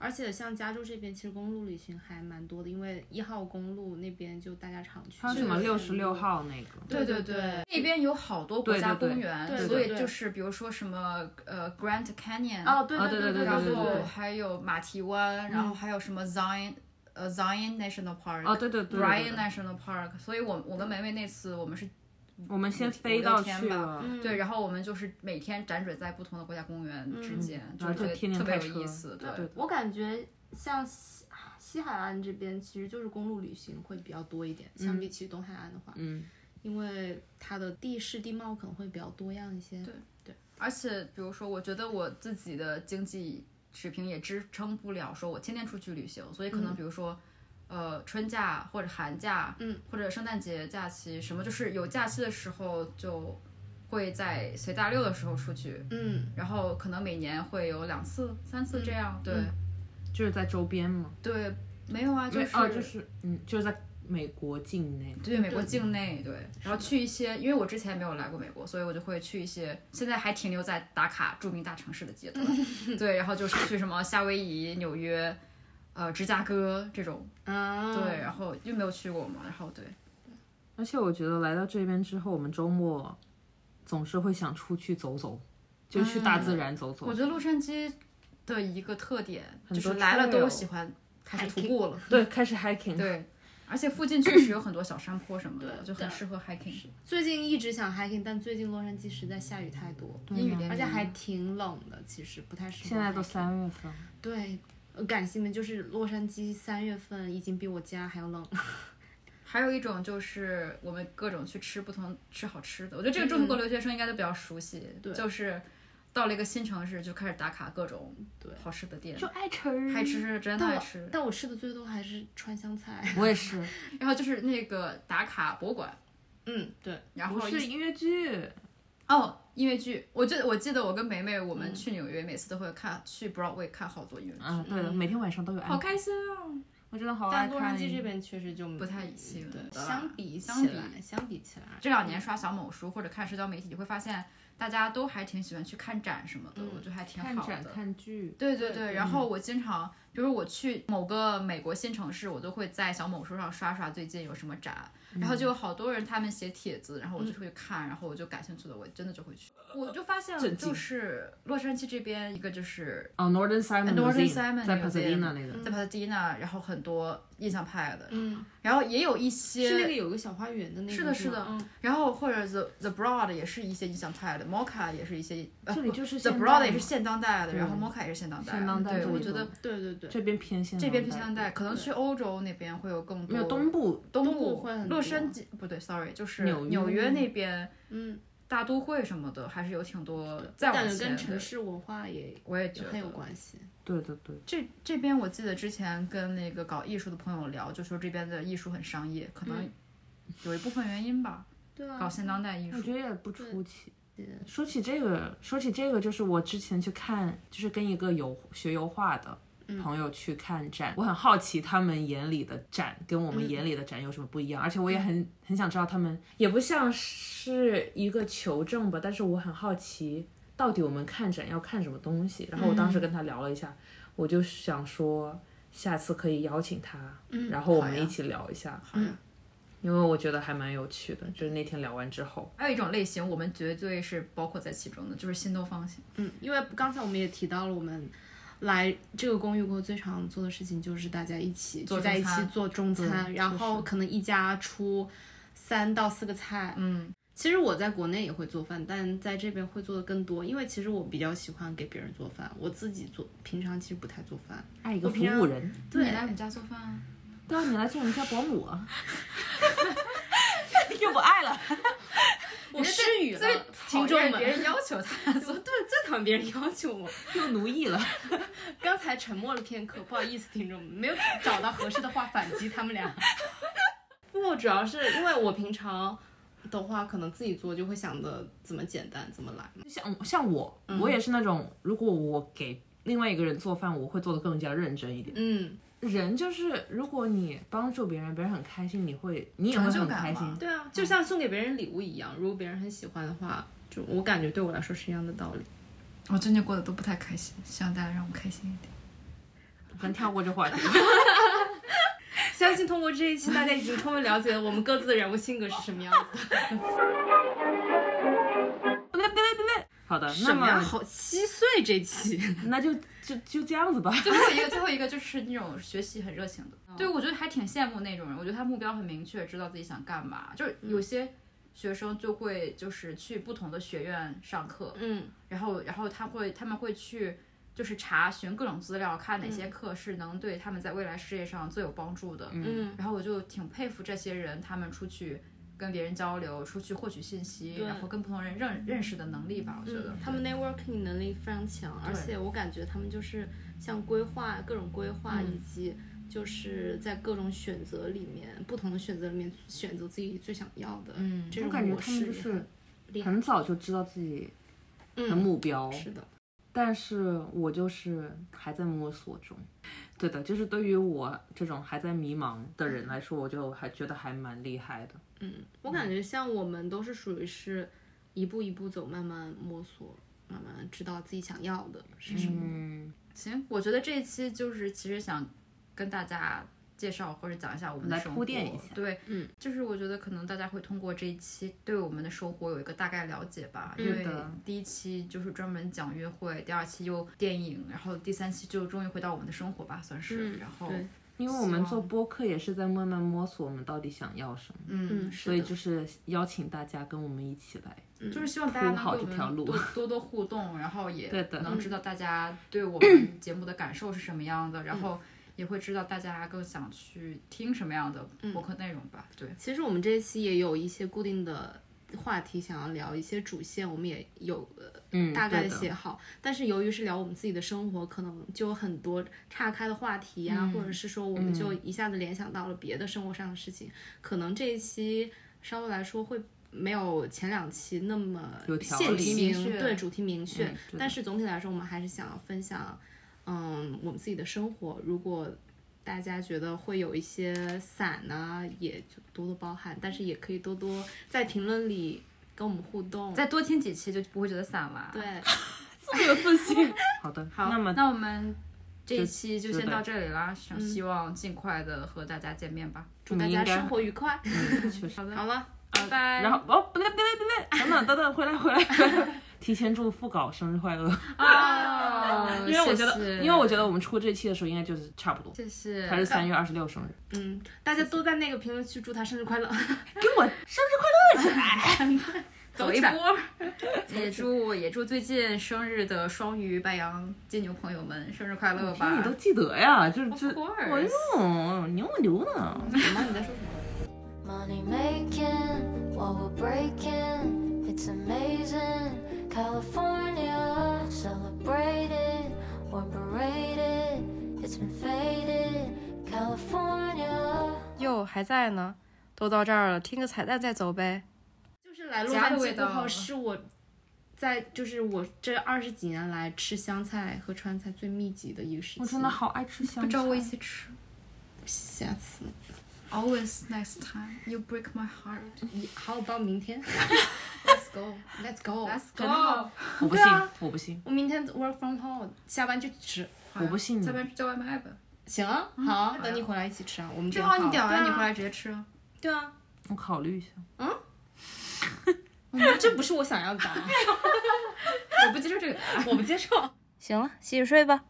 Speaker 2: 而且像加州这边，其实公路旅行还蛮多的，因为一号公路那边就大家常去。
Speaker 4: 还有什么六十六？号那个，
Speaker 1: 对
Speaker 2: 对
Speaker 1: 对
Speaker 2: 对对，
Speaker 1: 那边有好多国
Speaker 4: 对
Speaker 1: 家
Speaker 4: 对对
Speaker 1: 公园，
Speaker 2: 对对
Speaker 1: 所以
Speaker 2: 对
Speaker 1: 就是比如说什么呃 Grand Canyon，
Speaker 2: 哦，对
Speaker 4: 啊对
Speaker 2: 对
Speaker 4: 对
Speaker 1: 然
Speaker 4: 对对
Speaker 1: 后还有马蹄湾，然后还有什么 Zion 呃 Zion National
Speaker 4: 哦
Speaker 1: Park、
Speaker 4: 对对对
Speaker 1: Bryan
Speaker 4: 对，嗯
Speaker 1: National Park，所以我我跟梅梅那次我们是
Speaker 4: 我们先
Speaker 1: 五
Speaker 4: 飞
Speaker 1: 六
Speaker 4: 到
Speaker 1: 天
Speaker 4: 去
Speaker 1: 吧
Speaker 4: 了，
Speaker 2: 嗯
Speaker 1: 对，然后我们就是每天辗转在不同的国家公园之间，
Speaker 4: 嗯然后
Speaker 1: 是
Speaker 4: 就天天
Speaker 1: 特别
Speaker 4: 开
Speaker 1: 有
Speaker 4: 车
Speaker 1: 意思。对，
Speaker 4: 对
Speaker 2: 我感觉像西啊西海岸这边，其实就是公路旅行会比较多一点，相比起东海岸的话，
Speaker 4: 嗯，
Speaker 2: 因为它的地势地貌可能会比较多样一些。
Speaker 1: 对而且比如说，我觉得我自己的经济水平也支撑不了，说我天天出去旅行，所以可能
Speaker 2: 嗯
Speaker 1: 比如说。呃，春假或者寒假，
Speaker 2: 嗯，
Speaker 1: 或者圣诞节假期，什么就是有假期的时候，就会在随大溜的时候出去，
Speaker 2: 嗯，
Speaker 1: 然后可能每年会有两次、三次这样。对、
Speaker 2: 嗯
Speaker 4: 就是在周边嘛，
Speaker 1: 对，没有啊，
Speaker 4: 因
Speaker 1: 就
Speaker 4: 为
Speaker 1: 是、
Speaker 4: 哦就是嗯就是在美国境内，
Speaker 1: 对美国
Speaker 2: 对
Speaker 1: 境内，对，然后去一些，因为我之前没有来过美国，所以我就会去一些现在还停留在打卡著名大城市的阶 段，对，然后就是去什么夏威夷、纽约，呃，芝加哥这种，
Speaker 2: 啊，
Speaker 1: 对，然后又没有去过嘛，然后对，
Speaker 4: 而且我觉得来到这边之后，我们周末总是会想出去走走，就去大自然走走
Speaker 1: 我，觉得洛杉矶的一个特点就
Speaker 4: 很多
Speaker 1: 是来了都
Speaker 4: trail
Speaker 1: 喜欢开始徒步 了，
Speaker 4: 对，开始 hiking，
Speaker 1: 对，而且附近确实有很多小山坡什么的，
Speaker 2: 对
Speaker 1: 就很
Speaker 2: 对
Speaker 1: 适合 hiking，
Speaker 2: 最近一直想 hiking，但最近洛杉矶实在下雨太多，
Speaker 4: 对
Speaker 1: 阴雨
Speaker 4: 呢
Speaker 1: 连
Speaker 2: 嗯而且
Speaker 1: 绵
Speaker 2: 还挺冷的，其实不太适合 hiking。
Speaker 4: 现在都三月份，
Speaker 2: 对，呃感性的就是洛杉矶三月份已经比我家还要冷。
Speaker 1: 还有一种就是我们各种去吃不同吃好吃的，我觉得这个
Speaker 4: 嗯
Speaker 1: 中国留学生应该都比较熟悉，
Speaker 2: 对
Speaker 1: 就是到了一个新城市就开始打卡各种
Speaker 2: 对
Speaker 1: 好吃的店，
Speaker 4: 就爱吃，
Speaker 1: 爱吃真的
Speaker 2: 但
Speaker 1: 爱
Speaker 2: 我
Speaker 1: 吃。
Speaker 2: 但我吃的最多还是川湘菜。
Speaker 4: 我也是，
Speaker 1: 然后就是那个打卡博物馆，
Speaker 2: 嗯，对，
Speaker 1: 然
Speaker 4: 不
Speaker 1: 后
Speaker 4: 是
Speaker 1: 一
Speaker 4: 音乐剧，
Speaker 1: 哦音乐剧，我记得我记得我跟梅梅我们去纽约，每次都会看去 Broadway 看好多音乐剧，
Speaker 4: 嗯，对的，每天晚上都有
Speaker 1: 好
Speaker 4: 安，
Speaker 1: 开心啊！
Speaker 4: 我真的好爱
Speaker 2: 但
Speaker 4: 看。
Speaker 2: 洛杉矶这边确实就不
Speaker 1: 不太行
Speaker 2: 对，
Speaker 1: 对吧
Speaker 2: 相比
Speaker 1: 相
Speaker 2: 起
Speaker 1: 比
Speaker 2: 来，相比起来，
Speaker 1: 这两年刷小某书或者看社交媒体，你会发现大家都还挺喜欢去看展什么的，
Speaker 2: 嗯
Speaker 1: 我觉得还挺
Speaker 4: 看
Speaker 1: 好
Speaker 4: 展
Speaker 1: 的。
Speaker 4: 看剧，
Speaker 1: 对对
Speaker 2: 对
Speaker 1: 对，
Speaker 2: 嗯
Speaker 1: 然后我经常，比如我去某个美国新城市，我都会在小某书上刷刷最近有什么展，然后
Speaker 4: 嗯
Speaker 1: 就有好多人他们写帖子，然后我就会去看，然后我就感兴趣的，我真的就会去。我就发现，
Speaker 4: 震惊
Speaker 1: 就是洛杉矶这边一个就是
Speaker 4: 哦，Northern Simon
Speaker 1: Northern
Speaker 4: Museum，
Speaker 1: Simon
Speaker 4: 在
Speaker 1: Museum
Speaker 4: Pasadena 那个，
Speaker 1: 在帕特蒂娜，然后很多印象派的，
Speaker 2: 嗯，
Speaker 1: 然后也有一些
Speaker 2: 是那个有个小花园的那个
Speaker 1: 是的
Speaker 2: 是
Speaker 1: 是的嗯
Speaker 2: 吗
Speaker 1: 然后或者 The The Broad 也是一些印象派的，Mocha 也是一些，呃
Speaker 4: 这里
Speaker 1: 不
Speaker 4: 就是现
Speaker 1: The
Speaker 4: 代
Speaker 1: Broad 也
Speaker 4: 嘛
Speaker 1: 是现当代的，
Speaker 4: 对
Speaker 1: 然后 Mocha 也是现当代的。
Speaker 4: 现当代
Speaker 1: 对，
Speaker 4: 这
Speaker 1: 我
Speaker 4: 里
Speaker 1: 觉
Speaker 4: 都
Speaker 1: 得
Speaker 2: 嗯，对对对，
Speaker 4: 这边偏现
Speaker 1: 这边
Speaker 4: 当
Speaker 1: 偏现代，可能去欧洲那边会有更多。
Speaker 4: 没有东部
Speaker 1: 东
Speaker 2: 东部会很
Speaker 1: 洛
Speaker 2: 多
Speaker 1: 杉矶不对，sorry，就是
Speaker 4: 纽约
Speaker 1: 纽约那边
Speaker 2: 嗯，
Speaker 1: 大都会什么的，还是有挺多再往
Speaker 2: 感觉
Speaker 1: 前
Speaker 2: 跟城
Speaker 1: 的。
Speaker 2: 市文化也
Speaker 1: 我也觉
Speaker 2: 也
Speaker 1: 得
Speaker 2: 很有关系。
Speaker 4: 对对对，
Speaker 1: 这这边我记得之前跟那个搞艺术的朋友聊，就说这边的艺术很商业，可能
Speaker 2: 嗯
Speaker 1: 有一部分原因吧，
Speaker 2: 对啊
Speaker 1: 搞现当代艺
Speaker 4: 我
Speaker 1: 术。
Speaker 4: 觉得也不出奇。说起这个，说起这个，就是我之前去看，就是跟一个油学油画的
Speaker 1: 嗯
Speaker 4: 朋友去看展，我很好奇他们眼里的展跟我
Speaker 1: 嗯
Speaker 4: 们眼里的展有什么不一样，而且我也很很想知道他们，也不像是一个求证吧，但是我很好奇到底我们看展要看什么东西。然后我当
Speaker 1: 嗯
Speaker 4: 时跟他聊了一下，我就想说下次可以邀请他，然后我
Speaker 1: 嗯好
Speaker 4: 们
Speaker 1: 呀嗯
Speaker 4: 一起聊一下，
Speaker 1: 呀
Speaker 4: 因为我觉得还蛮有趣的，就是那天聊完之后。
Speaker 1: 还有一种类型，我们绝对是包括在其中的，就是新东方型。
Speaker 2: 嗯，因为刚才我们也提到了，我们来这个公寓过最常做的事情就是大家一起
Speaker 1: 做
Speaker 2: 聚在一
Speaker 1: 中
Speaker 2: 起
Speaker 1: 餐
Speaker 2: 做中餐，
Speaker 4: 嗯
Speaker 2: 然
Speaker 4: 确
Speaker 2: 后
Speaker 4: 实
Speaker 2: 可能一家出三到四个菜。
Speaker 1: 嗯，
Speaker 2: 其实我在国内也会做饭，但在这边会做的更多，因为其实我比较喜欢给别人做饭，我自己做平常其实不太做饭。
Speaker 4: 爱一个
Speaker 2: 我
Speaker 4: 服
Speaker 2: 平常
Speaker 4: 务人，
Speaker 2: 对
Speaker 1: 你来我们家做饭啊？
Speaker 4: 对啊，你来做我们家保姆啊，又不爱了。
Speaker 2: 我失语了
Speaker 1: 最，
Speaker 2: 听
Speaker 1: 讨
Speaker 2: 众
Speaker 1: 厌
Speaker 2: 们，
Speaker 1: 别人要求 他
Speaker 2: 我
Speaker 1: 做，
Speaker 2: 哦对最讨厌别人要求我。
Speaker 4: 又奴役了，
Speaker 2: 刚才沉默了片刻，不好意思，听众们，没有找到合适的话反击他们俩。 不，主要是因为我平常的话，可能自己做就会想的怎么简单怎么来嘛。
Speaker 4: 像像我，我也是那种，如果我给另外一个人做饭，我会做的更加认真一点。
Speaker 2: 嗯，
Speaker 4: 人就是，如果你帮助别人，别人很开心，你会，你也会
Speaker 1: 成
Speaker 4: 很
Speaker 1: 就感
Speaker 4: 开
Speaker 1: 嘛
Speaker 4: 心。
Speaker 2: 对啊，就像送给别人礼物一样，如果别人很喜欢的话，就我感觉对我来说是一样的道理。
Speaker 1: 我最近过得都不太开心，希望大家让我开心一点。
Speaker 4: 咱跳过这话题。
Speaker 2: 相信通过这一期，大家已经充分了解了我们各自的人物性格是什么样子。
Speaker 4: 别别别别别好的， 那
Speaker 2: 什么呀？
Speaker 4: 么
Speaker 2: 好稀碎这期。
Speaker 4: 那就就就这样子吧。
Speaker 1: 最后一个，最后一个就是那种学习很热情的，对我觉得还挺羡慕那种人。我觉得他目标很明确，知道自己想干嘛。就是有些学生就会就是去不同的学院上课，
Speaker 2: 嗯
Speaker 1: 然后然后他会他们会去就是查询各种资料，看哪些课是能对他们在未来事业上最有帮助的。
Speaker 2: 嗯，
Speaker 1: 然后我就挺佩服这些人，他们出去跟别人交流，出去获取信息，
Speaker 2: 对
Speaker 1: 然后跟不同人认认识的能力吧，我觉得。
Speaker 2: 他们 networking 能力非常强，而且我感觉他们就是像规划各种规划，
Speaker 4: 嗯
Speaker 2: 以及就是在各种选择里面，不同的选择里面选择自己最想要的。
Speaker 1: 嗯
Speaker 2: 这
Speaker 4: 我
Speaker 2: 种
Speaker 4: 感觉
Speaker 2: 模
Speaker 4: 他们
Speaker 2: 式
Speaker 4: 就
Speaker 2: 也很
Speaker 4: 是很早就知道自己的目标，
Speaker 2: 是的，
Speaker 4: 但是我就是还在摸索中。对的，就是对于我这种还在迷茫的人来说，我就还觉得还蛮厉害的。
Speaker 2: 嗯，我感觉像我们都是属于是一步一步走，慢慢摸索，慢慢知道自己想要的是什么。
Speaker 4: 嗯，
Speaker 1: 行，我觉得这一期就是其实想跟大家介绍或者讲一下我们的
Speaker 4: 来
Speaker 1: 生活，
Speaker 4: 铺垫一下
Speaker 1: 对，
Speaker 2: 嗯，
Speaker 1: 就是我觉得可能大家会通过这一期对我们的生活有一个大概了解吧，因为
Speaker 4: 嗯的
Speaker 1: 第一期就是专门讲约会，第二期又电影，然后第三期就终于回到我们的生活吧，算是，
Speaker 4: 嗯
Speaker 1: 然后
Speaker 2: 对，嗯
Speaker 4: 因为我们做播客也是在慢慢摸索我们到底想要什么，
Speaker 2: 嗯，
Speaker 4: 所
Speaker 2: 是
Speaker 4: 以
Speaker 2: 的，
Speaker 4: 就是邀请大家跟我们一起来。
Speaker 1: 就是希望大家
Speaker 4: 铺好
Speaker 1: 能
Speaker 4: 这
Speaker 1: 跟
Speaker 4: 条
Speaker 1: 我
Speaker 4: 路
Speaker 1: 们 多多多互动，然后也
Speaker 4: 对的嗯
Speaker 1: 能知道大家对我 们节目的感受是什么样的，
Speaker 4: 嗯
Speaker 1: 然后也会知道大家更想去听什么样的
Speaker 4: 嗯
Speaker 1: 播客内容吧。对，
Speaker 2: 其实我们这一期也有一些固定的话题想要聊，一些主线我们也有呃
Speaker 4: 嗯，
Speaker 2: 大概
Speaker 4: 对
Speaker 2: 的
Speaker 4: 的
Speaker 2: 写好，但是由于是聊我们自己的生活，可能就有很多岔开的话题呀、或
Speaker 4: 嗯
Speaker 2: 者是说我们就一下子联想到了别的生活上的事情，可能这一期稍微来说会没有前两期那么
Speaker 4: 有条
Speaker 2: 现
Speaker 4: 理嗯
Speaker 2: 行，
Speaker 1: 明确
Speaker 2: 对主题明确、
Speaker 4: 对的
Speaker 2: 但是总体来说，我们还是想要分享，嗯，我们自己的生活，如果。大家觉得会有一些散呢、也就多多包涵，但是也可以多多在评论里跟我们互动。
Speaker 1: 再多听几期就不会觉得散了。，
Speaker 2: 对，
Speaker 4: 这么有自信。 好的，
Speaker 2: 好
Speaker 4: 那么
Speaker 1: 那我们这一期就
Speaker 4: 就嗯
Speaker 1: 先
Speaker 4: 对
Speaker 1: 到这里啦，想希望尽快的和大家见面吧。
Speaker 2: 祝大
Speaker 4: 你应
Speaker 2: 家
Speaker 4: 该
Speaker 2: 生活愉快。
Speaker 1: 嗯
Speaker 4: 确实，
Speaker 2: 好了，
Speaker 1: 拜拜。
Speaker 4: 然后哦，不对不对不对，等等等等，回来回来回来，提前祝副稿生日快乐。
Speaker 1: 啊，
Speaker 4: 因为我觉
Speaker 1: 谢
Speaker 4: 得，
Speaker 1: 谢
Speaker 4: 因为我觉得我们出这期的时候应该就是差不多，
Speaker 1: 谢谢，
Speaker 4: 他是三月二十六生日，
Speaker 2: 嗯，大家都在那个评论区祝他生日快乐。
Speaker 4: 给我生日快乐起来。
Speaker 1: 走一波。也祝也祝最近生日的双鱼、白羊、金牛朋友们生日快乐吧。
Speaker 4: 哎你都记得呀？这这，
Speaker 1: Of course
Speaker 4: 哎呦，牛啊牛呢？
Speaker 2: 什么？你在说什么？
Speaker 5: Money making while we're breaking. It's amazing. California celebrated or berated. It's been faded. California.
Speaker 2: 哟，还在呢。
Speaker 6: 都到这儿了，听个彩蛋再走呗。
Speaker 2: 就是来洛
Speaker 1: 家的
Speaker 2: 杉
Speaker 1: 味
Speaker 2: 矶过
Speaker 1: 道
Speaker 2: 后，是我在就是我这二十几年来吃香菜和川菜最密集的一个时期。
Speaker 4: 我真的好爱吃香菜。
Speaker 1: 找我一起吃。
Speaker 2: 下次
Speaker 1: Always next time you break my heart.
Speaker 2: 好，about 明 天
Speaker 1: Let's go.
Speaker 2: ，Let's go。
Speaker 1: Let's
Speaker 4: 真的吗
Speaker 1: go.
Speaker 4: 我不信，我不信。
Speaker 2: 我明天 work from home，下班就吃。
Speaker 1: 好呀
Speaker 4: 我不信你
Speaker 1: 下班叫外卖吧。
Speaker 2: 行啊，好啊，等你回来一起吃啊。我们
Speaker 1: 嗯正
Speaker 2: 好
Speaker 1: 好你点
Speaker 2: 对
Speaker 1: 完
Speaker 2: 啊
Speaker 1: 你回来直接吃啊。
Speaker 2: 对啊，
Speaker 4: 我考虑一下。
Speaker 2: 嗯这不是我想要的答案，我不接受这个答案，我不接受。
Speaker 6: 行了，洗洗睡吧。